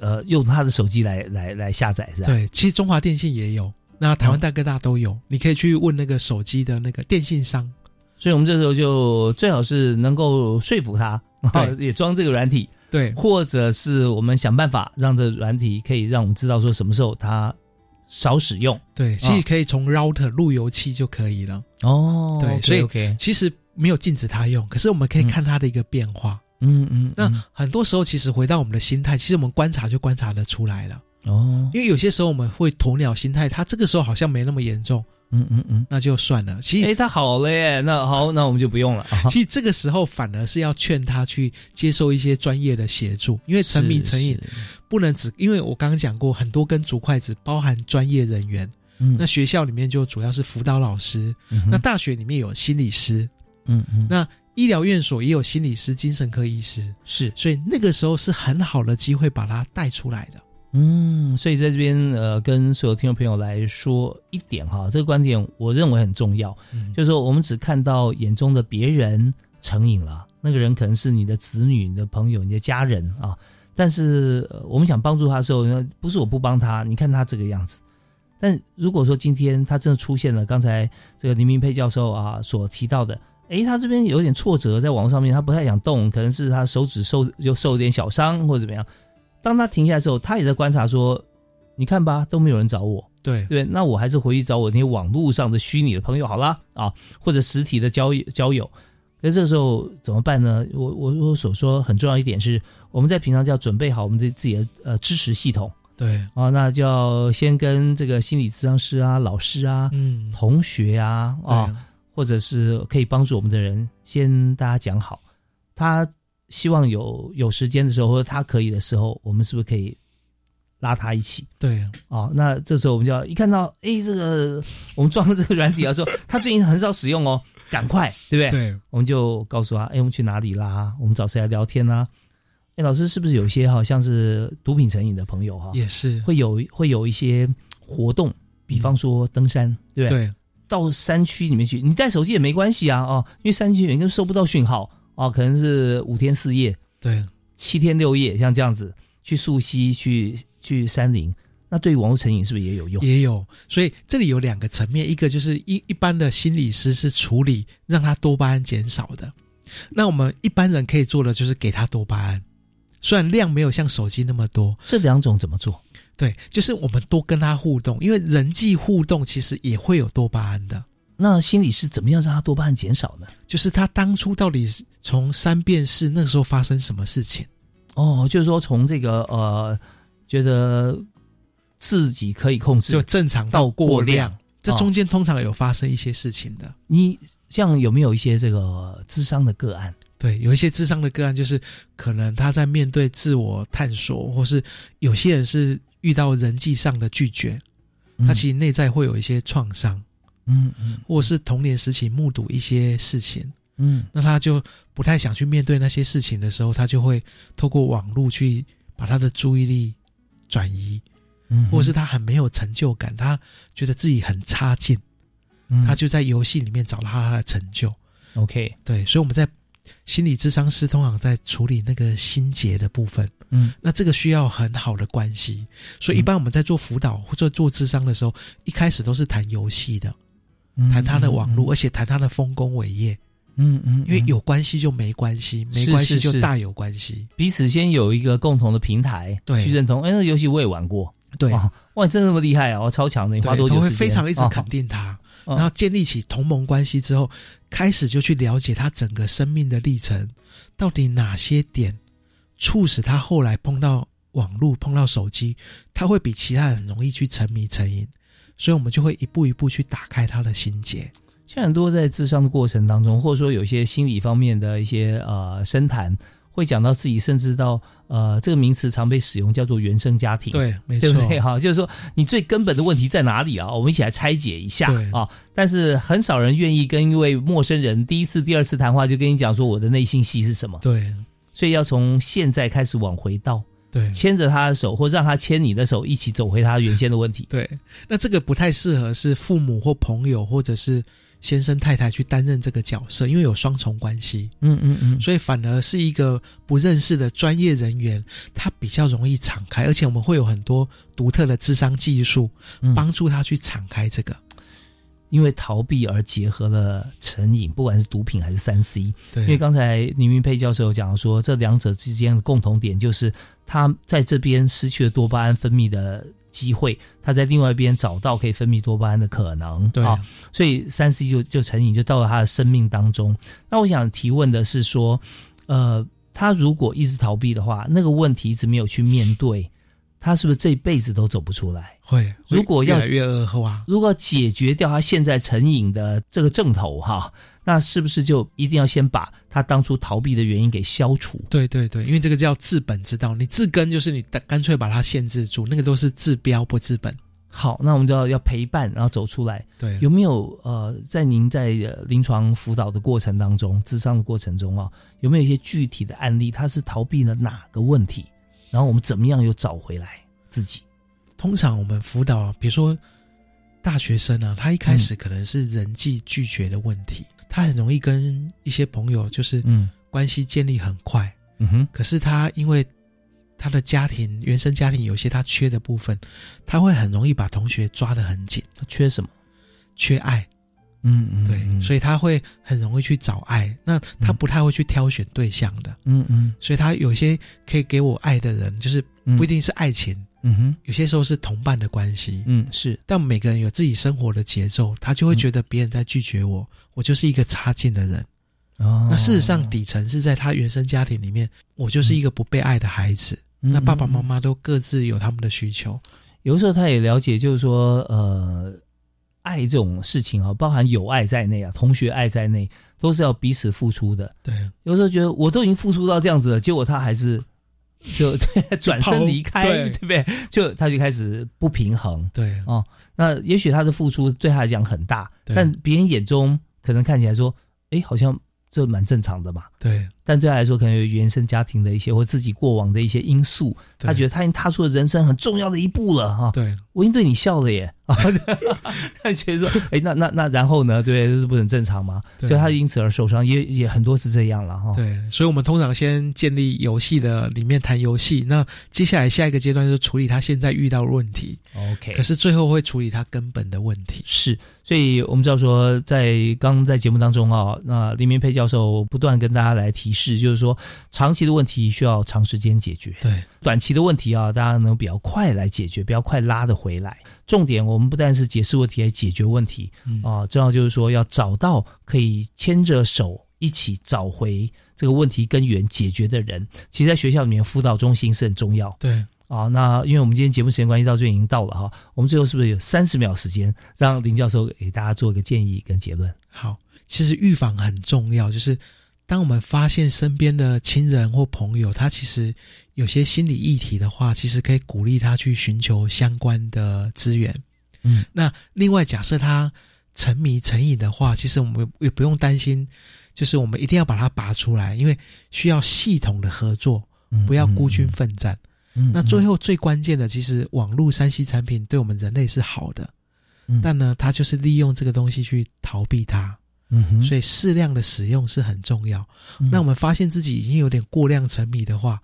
[SPEAKER 2] 呃用他的手机来来来下载是吧？，
[SPEAKER 3] 对，其实中华电信也有，那台湾大哥大都有，你可以去问那个手机的那个电信商。
[SPEAKER 2] 所以我们这时候就最好是能够说服他，然后 也装这个软体，
[SPEAKER 3] 对，
[SPEAKER 2] 或者是我们想办法让这软体可以让我们知道说什么时候它少使用。
[SPEAKER 3] 对，其实可以从 router 路由器就可以了。
[SPEAKER 2] 哦
[SPEAKER 3] 对
[SPEAKER 2] OK，
[SPEAKER 3] 所以
[SPEAKER 2] OK
[SPEAKER 3] 其实没有禁止它用，可是我们可以看它的一个变化。
[SPEAKER 2] 嗯嗯，
[SPEAKER 3] 那很多时候，其实回到我们的心态，其实我们观察就观察得出来了。
[SPEAKER 2] 哦，
[SPEAKER 3] 因为有些时候我们会鸵鸟心态，它这个时候好像没那么严重，
[SPEAKER 2] 嗯嗯嗯，
[SPEAKER 3] 那就算了。其
[SPEAKER 2] 哎，
[SPEAKER 3] 实，
[SPEAKER 2] 它好了耶，那好，那我们就不用了。
[SPEAKER 3] 其实这个时候反而是要劝他去接受一些专业的协助，因为沉迷
[SPEAKER 2] 是
[SPEAKER 3] 成瘾
[SPEAKER 2] 是
[SPEAKER 3] 不能只，因为我刚刚讲过，很多根竹筷子包含专业人员，
[SPEAKER 2] 嗯
[SPEAKER 3] 那学校里面就主要是辅导老师，
[SPEAKER 2] 嗯哼
[SPEAKER 3] 那大学里面有心理师，
[SPEAKER 2] 嗯嗯，
[SPEAKER 3] 那医疗院所也有心理师、精神科医师，
[SPEAKER 2] 是，
[SPEAKER 3] 所以那个时候是很好的机会把他带出来的。
[SPEAKER 2] 嗯，所以在这边呃，跟所有听众朋友来说一点哈，这个观点我认为很重要，
[SPEAKER 3] 嗯
[SPEAKER 2] 就是说我们只看到眼中的别人成瘾了，那个人可能是你的子女、你的朋友、你的家人啊，但是、呃我们想帮助他的时候，呢，不是我不帮他，你看他这个样子。但如果说今天他真的出现了刚才这个林明佩教授啊所提到的，诶，他这边有点挫折，在网上面他不太想动，可能是他手指受又受点小伤或者怎么样。当他停下来之后，他也在观察说，你看吧，都没有人找我，
[SPEAKER 3] 对
[SPEAKER 2] 对不对，那我还是回去找我那些网络上的虚拟的朋友好啦啊，或者实体的交友交友。那这个时候怎么办呢？我我我所说很重要一点是，我们在平常就要准备好我们的自己的呃支持系统
[SPEAKER 3] 对，
[SPEAKER 2] 啊，那就要先跟这个心理咨商师啊、老师啊、
[SPEAKER 3] 嗯，
[SPEAKER 2] 同学啊啊，
[SPEAKER 3] 对
[SPEAKER 2] 或者是可以帮助我们的人，先大家讲好，他希望有有时间的时候，或者他可以的时候，我们是不是可以拉他一起？
[SPEAKER 3] 对，
[SPEAKER 2] 哦，那这时候我们就要一看到，哎，这个我们装了这个软体啊，说他最近很少使用哦，赶快，对不对？
[SPEAKER 3] 对，
[SPEAKER 2] 我们就告诉他，哎，我们去哪里啦？我们找谁来聊天啦？哎，老师是不是有些好像是毒品成瘾的朋友哈、
[SPEAKER 3] 也是，
[SPEAKER 2] 会有会有一些活动，比方说登山，对不对？
[SPEAKER 3] 对，
[SPEAKER 2] 到山区里面去，你带手机也没关系啊，哦，因为山区里面收不到讯号啊、哦，可能是五天四夜、
[SPEAKER 3] 对，
[SPEAKER 2] 七天六夜，像这样子去溯溪、去去山林，那对于网络成瘾是不是也有用？
[SPEAKER 3] 也有，所以这里有两个层面，一个就是一一般的心理师是处理让他多巴胺减少的，那我们一般人可以做的就是给他多巴胺，虽然量没有像手机那么多，
[SPEAKER 2] 这两种怎么做？
[SPEAKER 3] 对，就是我们多跟他互动，因为人际互动其实也会有多巴胺的，
[SPEAKER 2] 那心理是怎么样让它多巴胺减少呢？
[SPEAKER 3] 就是他当初到底是从三变四那时候发生什么事情，
[SPEAKER 2] 哦，就是说从这个呃，觉得自己可以控制
[SPEAKER 3] 就，正常
[SPEAKER 2] 到
[SPEAKER 3] 过
[SPEAKER 2] 过量
[SPEAKER 3] 这
[SPEAKER 2] 哦
[SPEAKER 3] 中间通常有发生一些事情的。
[SPEAKER 2] 你像有没有一些这个智商的个案？
[SPEAKER 3] 对，有一些智商的个案，就是可能他在面对自我探索，或是有些人是遇到人际上的拒绝，他其实内在会有一些创伤，
[SPEAKER 2] 嗯嗯
[SPEAKER 3] 或是童年时期目睹一些事情，
[SPEAKER 2] 嗯
[SPEAKER 3] 那他就不太想去面对那些事情的时候，他就会透过网络去把他的注意力转移，
[SPEAKER 2] 嗯，
[SPEAKER 3] 或是他很没有成就感，他觉得自己很差劲，
[SPEAKER 2] 嗯
[SPEAKER 3] 他就在游戏里面找到他的成就。
[SPEAKER 2] OK，
[SPEAKER 3] 对，所以我们在心理智商师通常在处理那个心结的部分，
[SPEAKER 2] 嗯
[SPEAKER 3] 那这个需要很好的关系，所以一般我们在做辅导或者做智商的时候，一开始都是谈游戏的，谈他的网络，而且谈他的丰功伟业，
[SPEAKER 2] 嗯嗯，
[SPEAKER 3] 因为有关系就没关系，没关系
[SPEAKER 2] 是是
[SPEAKER 3] 就大有关系。
[SPEAKER 2] 彼此先有一个共同的平台，
[SPEAKER 3] 对
[SPEAKER 2] 去认同。哎，那个游戏我也玩过，
[SPEAKER 3] 对，
[SPEAKER 2] 哇，哇，你真的那么厉害啊！我超强的，你花
[SPEAKER 3] 对
[SPEAKER 2] 多
[SPEAKER 3] 他
[SPEAKER 2] 久时
[SPEAKER 3] 会
[SPEAKER 2] 间？
[SPEAKER 3] 非常一直
[SPEAKER 2] 哦
[SPEAKER 3] 肯定他，
[SPEAKER 2] 哦
[SPEAKER 3] 然后建立起同盟关系之后，开始就去了解他整个生命的历程，到底哪些点促使他后来碰到网络、碰到手机，他会比其他人容易去沉迷成瘾，所以我们就会一步一步去打开他的心结。
[SPEAKER 2] 现在很多在智商的过程当中，或者说有些心理方面的一些呃深谈，会会讲到自己，甚至到呃这个名词常被使用，叫做原生家庭。
[SPEAKER 3] 对没
[SPEAKER 2] 对不
[SPEAKER 3] 错
[SPEAKER 2] 对？ 哈，就是说你最根本的问题在哪里啊？我们一起来拆解一下
[SPEAKER 3] 对
[SPEAKER 2] 啊。但是很少人愿意跟一位陌生人第一次、第二次谈话就跟你讲说我的内心戏是什么。
[SPEAKER 3] 对
[SPEAKER 2] 所以要从现在开始往回倒，
[SPEAKER 3] 对，
[SPEAKER 2] 牵着他的手，或让他牵你的手，一起走回他原先的问题。
[SPEAKER 3] 对，那这个不太适合是父母或朋友或者是先生太太去担任这个角色，因为有双重关系。
[SPEAKER 2] 嗯嗯嗯，
[SPEAKER 3] 所以反而是一个不认识的专业人员，他比较容易敞开，而且我们会有很多独特的智商技术
[SPEAKER 2] 嗯
[SPEAKER 3] 帮助他去敞开这个。
[SPEAKER 2] 因为逃避而结合了成瘾，不管是毒品还是三 C。
[SPEAKER 3] 对，
[SPEAKER 2] 因为刚才林云佩教授有讲说，这两者之间的共同点就是他在这边失去了多巴胺分泌的机会，他在另外一边找到可以分泌多巴胺的可能。
[SPEAKER 3] 对
[SPEAKER 2] 啊，所以三 C 就就成瘾，就到了他的生命当中。那我想提问的是说，呃，他如果一直逃避的话，那个问题一直没有去面对，他是不是这辈子都走不出来？
[SPEAKER 3] 会
[SPEAKER 2] 如果要
[SPEAKER 3] 越来越恶化，
[SPEAKER 2] 如果解决掉他现在成瘾的这个症头哈，那是不是就一定要先把他当初逃避的原因给消除？
[SPEAKER 3] 对对对，因为这个叫治本之道，你治根就是你干干脆把它限制住，那个都是治标不治本。
[SPEAKER 2] 好，那我们就要要陪伴，然后走出来。
[SPEAKER 3] 对，
[SPEAKER 2] 有没有呃，在您在呃临床辅导的过程当中、智商的过程中啊，有没有一些具体的案例，他是逃避了哪个问题？然后我们怎么样又找回来自己？
[SPEAKER 3] 通常我们辅导，比如说大学生啊，他一
[SPEAKER 2] 嗯
[SPEAKER 3] 开始可能是人际拒绝的问题，他很容易跟一些朋友就是
[SPEAKER 2] 嗯
[SPEAKER 3] 关系建立很快，
[SPEAKER 2] 嗯哼，
[SPEAKER 3] 可是他因为他的家庭原生家庭有一些他缺的部分，他会很容易把同学抓得很紧，
[SPEAKER 2] 他缺什么？
[SPEAKER 3] 缺爱，
[SPEAKER 2] 嗯嗯，
[SPEAKER 3] 对，所以他会很容易去找爱，那他不太会去挑选对象的，
[SPEAKER 2] 嗯嗯
[SPEAKER 3] 所以他有些可以给我爱的人，就是不一定是爱情，
[SPEAKER 2] 嗯哼，
[SPEAKER 3] 有些时候是同伴的关系，
[SPEAKER 2] 嗯是，
[SPEAKER 3] 但每个人有自己生活的节奏，他就会觉得别人在拒绝我，我就是一个差劲的人。
[SPEAKER 2] 哦
[SPEAKER 3] 那事实上，底层是在他原生家庭里面，我就是一个不被爱的孩子。
[SPEAKER 2] 嗯
[SPEAKER 3] 那爸爸妈妈都各自有他们的需求，
[SPEAKER 2] 有的时候他也了解，就是说，呃，爱这种事情啊，包含友爱在内啊，同学爱在内，都是要彼此付出的。
[SPEAKER 3] 对，
[SPEAKER 2] 有时候觉得我都已经付出到这样子了，结果他还 是就对转身离开，
[SPEAKER 3] 对
[SPEAKER 2] 对不对？就他就开始不平 衡
[SPEAKER 3] 对，
[SPEAKER 2] 哦。那也许他的付出对他来讲很大，
[SPEAKER 3] 对
[SPEAKER 2] 但别人眼中可能看起来说，哎，好像这蛮正常的嘛。
[SPEAKER 3] 对，
[SPEAKER 2] 但对他来说，可能有原生家庭的一些或自己过往的一些因素，
[SPEAKER 3] 对
[SPEAKER 2] 他觉得他已经踏出了人生很重要的一步了哈、
[SPEAKER 3] 对，
[SPEAKER 2] 我已经对你笑了 耶，啊，他觉得说，哎，那那那然后呢？对，就是不很正常吗？
[SPEAKER 3] 对
[SPEAKER 2] 就他因此而受伤，也也很多是这样了哈、
[SPEAKER 3] 对，所以我们通常先建立游戏的里面谈游戏，那接下来下一个阶段就是处理他现在遇到的问题，
[SPEAKER 2] ，OK，
[SPEAKER 3] 可是最后会处理他根本的问题。
[SPEAKER 2] 是，所以我们知道说，在刚刚在节目当中啊，那林明佩教授不断跟大家来提示，就是说长期的问题需要长时间解决，
[SPEAKER 3] 对，
[SPEAKER 2] 短期的问题啊，大家能比较快来解决，不要快拉得回来。重点我们不但是解释问题，还解决问题
[SPEAKER 3] 嗯
[SPEAKER 2] 啊。重要就是说要找到可以牵着手一起找回这个问题根源解决的人。其实，在学校里面辅导中心是很重要。
[SPEAKER 3] 对，
[SPEAKER 2] 啊，那因为我们今天节目时间关系，到这里已经到了哈，我们最后是不是有三十秒时间，让林教授给大家做一个建议跟结论？
[SPEAKER 3] 好，其实预防很重要，就是当我们发现身边的亲人或朋友他其实有些心理议题的话，其实可以鼓励他去寻求相关的资源。
[SPEAKER 2] 嗯，
[SPEAKER 3] 那另外，假设他沉迷成瘾的话，其实我们也不用担心，就是我们一定要把它拔出来，因为需要系统的合作，不要孤军奋战。
[SPEAKER 2] 嗯嗯。嗯
[SPEAKER 3] 那最，后最关键的，其实网络三 C 产品对我们人类是好的，
[SPEAKER 2] 嗯
[SPEAKER 3] 但呢，它就是利用这个东西去逃避它。
[SPEAKER 2] 嗯哼，
[SPEAKER 3] 所以适量的使用是很重要。
[SPEAKER 2] 嗯
[SPEAKER 3] 那我们发现自己已经有点过量沉迷的话，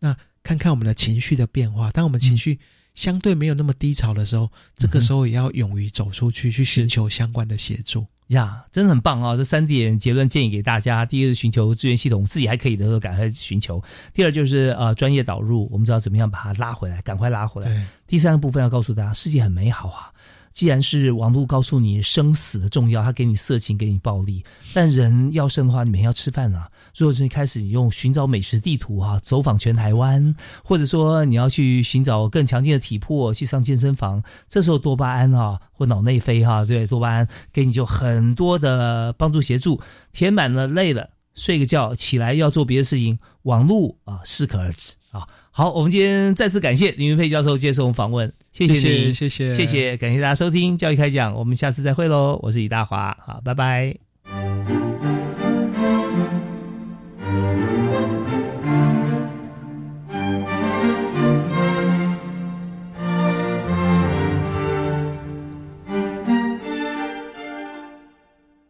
[SPEAKER 3] 那看看我们的情绪的变化。当我们情绪相对没有那么低潮的时
[SPEAKER 2] 嗯
[SPEAKER 3] 候，这个时候也要勇于走出去，去寻求相关的协助。
[SPEAKER 2] 呀，真的很棒啊、这三点结论建议给大家：第一是寻求资源系统，自己还可以的时候赶快寻求；第二就是呃专业导入，我们知道怎么样把它拉回来，赶快拉回来；
[SPEAKER 3] 对
[SPEAKER 2] 第三个部分要告诉大家，世界很美好啊。既然是网络告诉你生死的重要，它给你色情，给你暴力，但人要生的话，你每天要吃饭啊。如果说你开始用寻找美食地图啊，走访全台湾，或者说你要去寻找更强劲的体魄，去上健身房，这时候多巴胺啊或脑内啡哈、对，多巴胺给你就很多的帮助协助，填满了累了。睡个觉，起来要做别的事情，网络啊适可而止啊。好，我们今天再次感谢林云佩教授接受我们访问，谢
[SPEAKER 3] 谢
[SPEAKER 2] 你，
[SPEAKER 3] 谢谢
[SPEAKER 2] 谢谢，感谢大家收听教育开讲，我们下次再会喽，我是李大华，好，拜拜。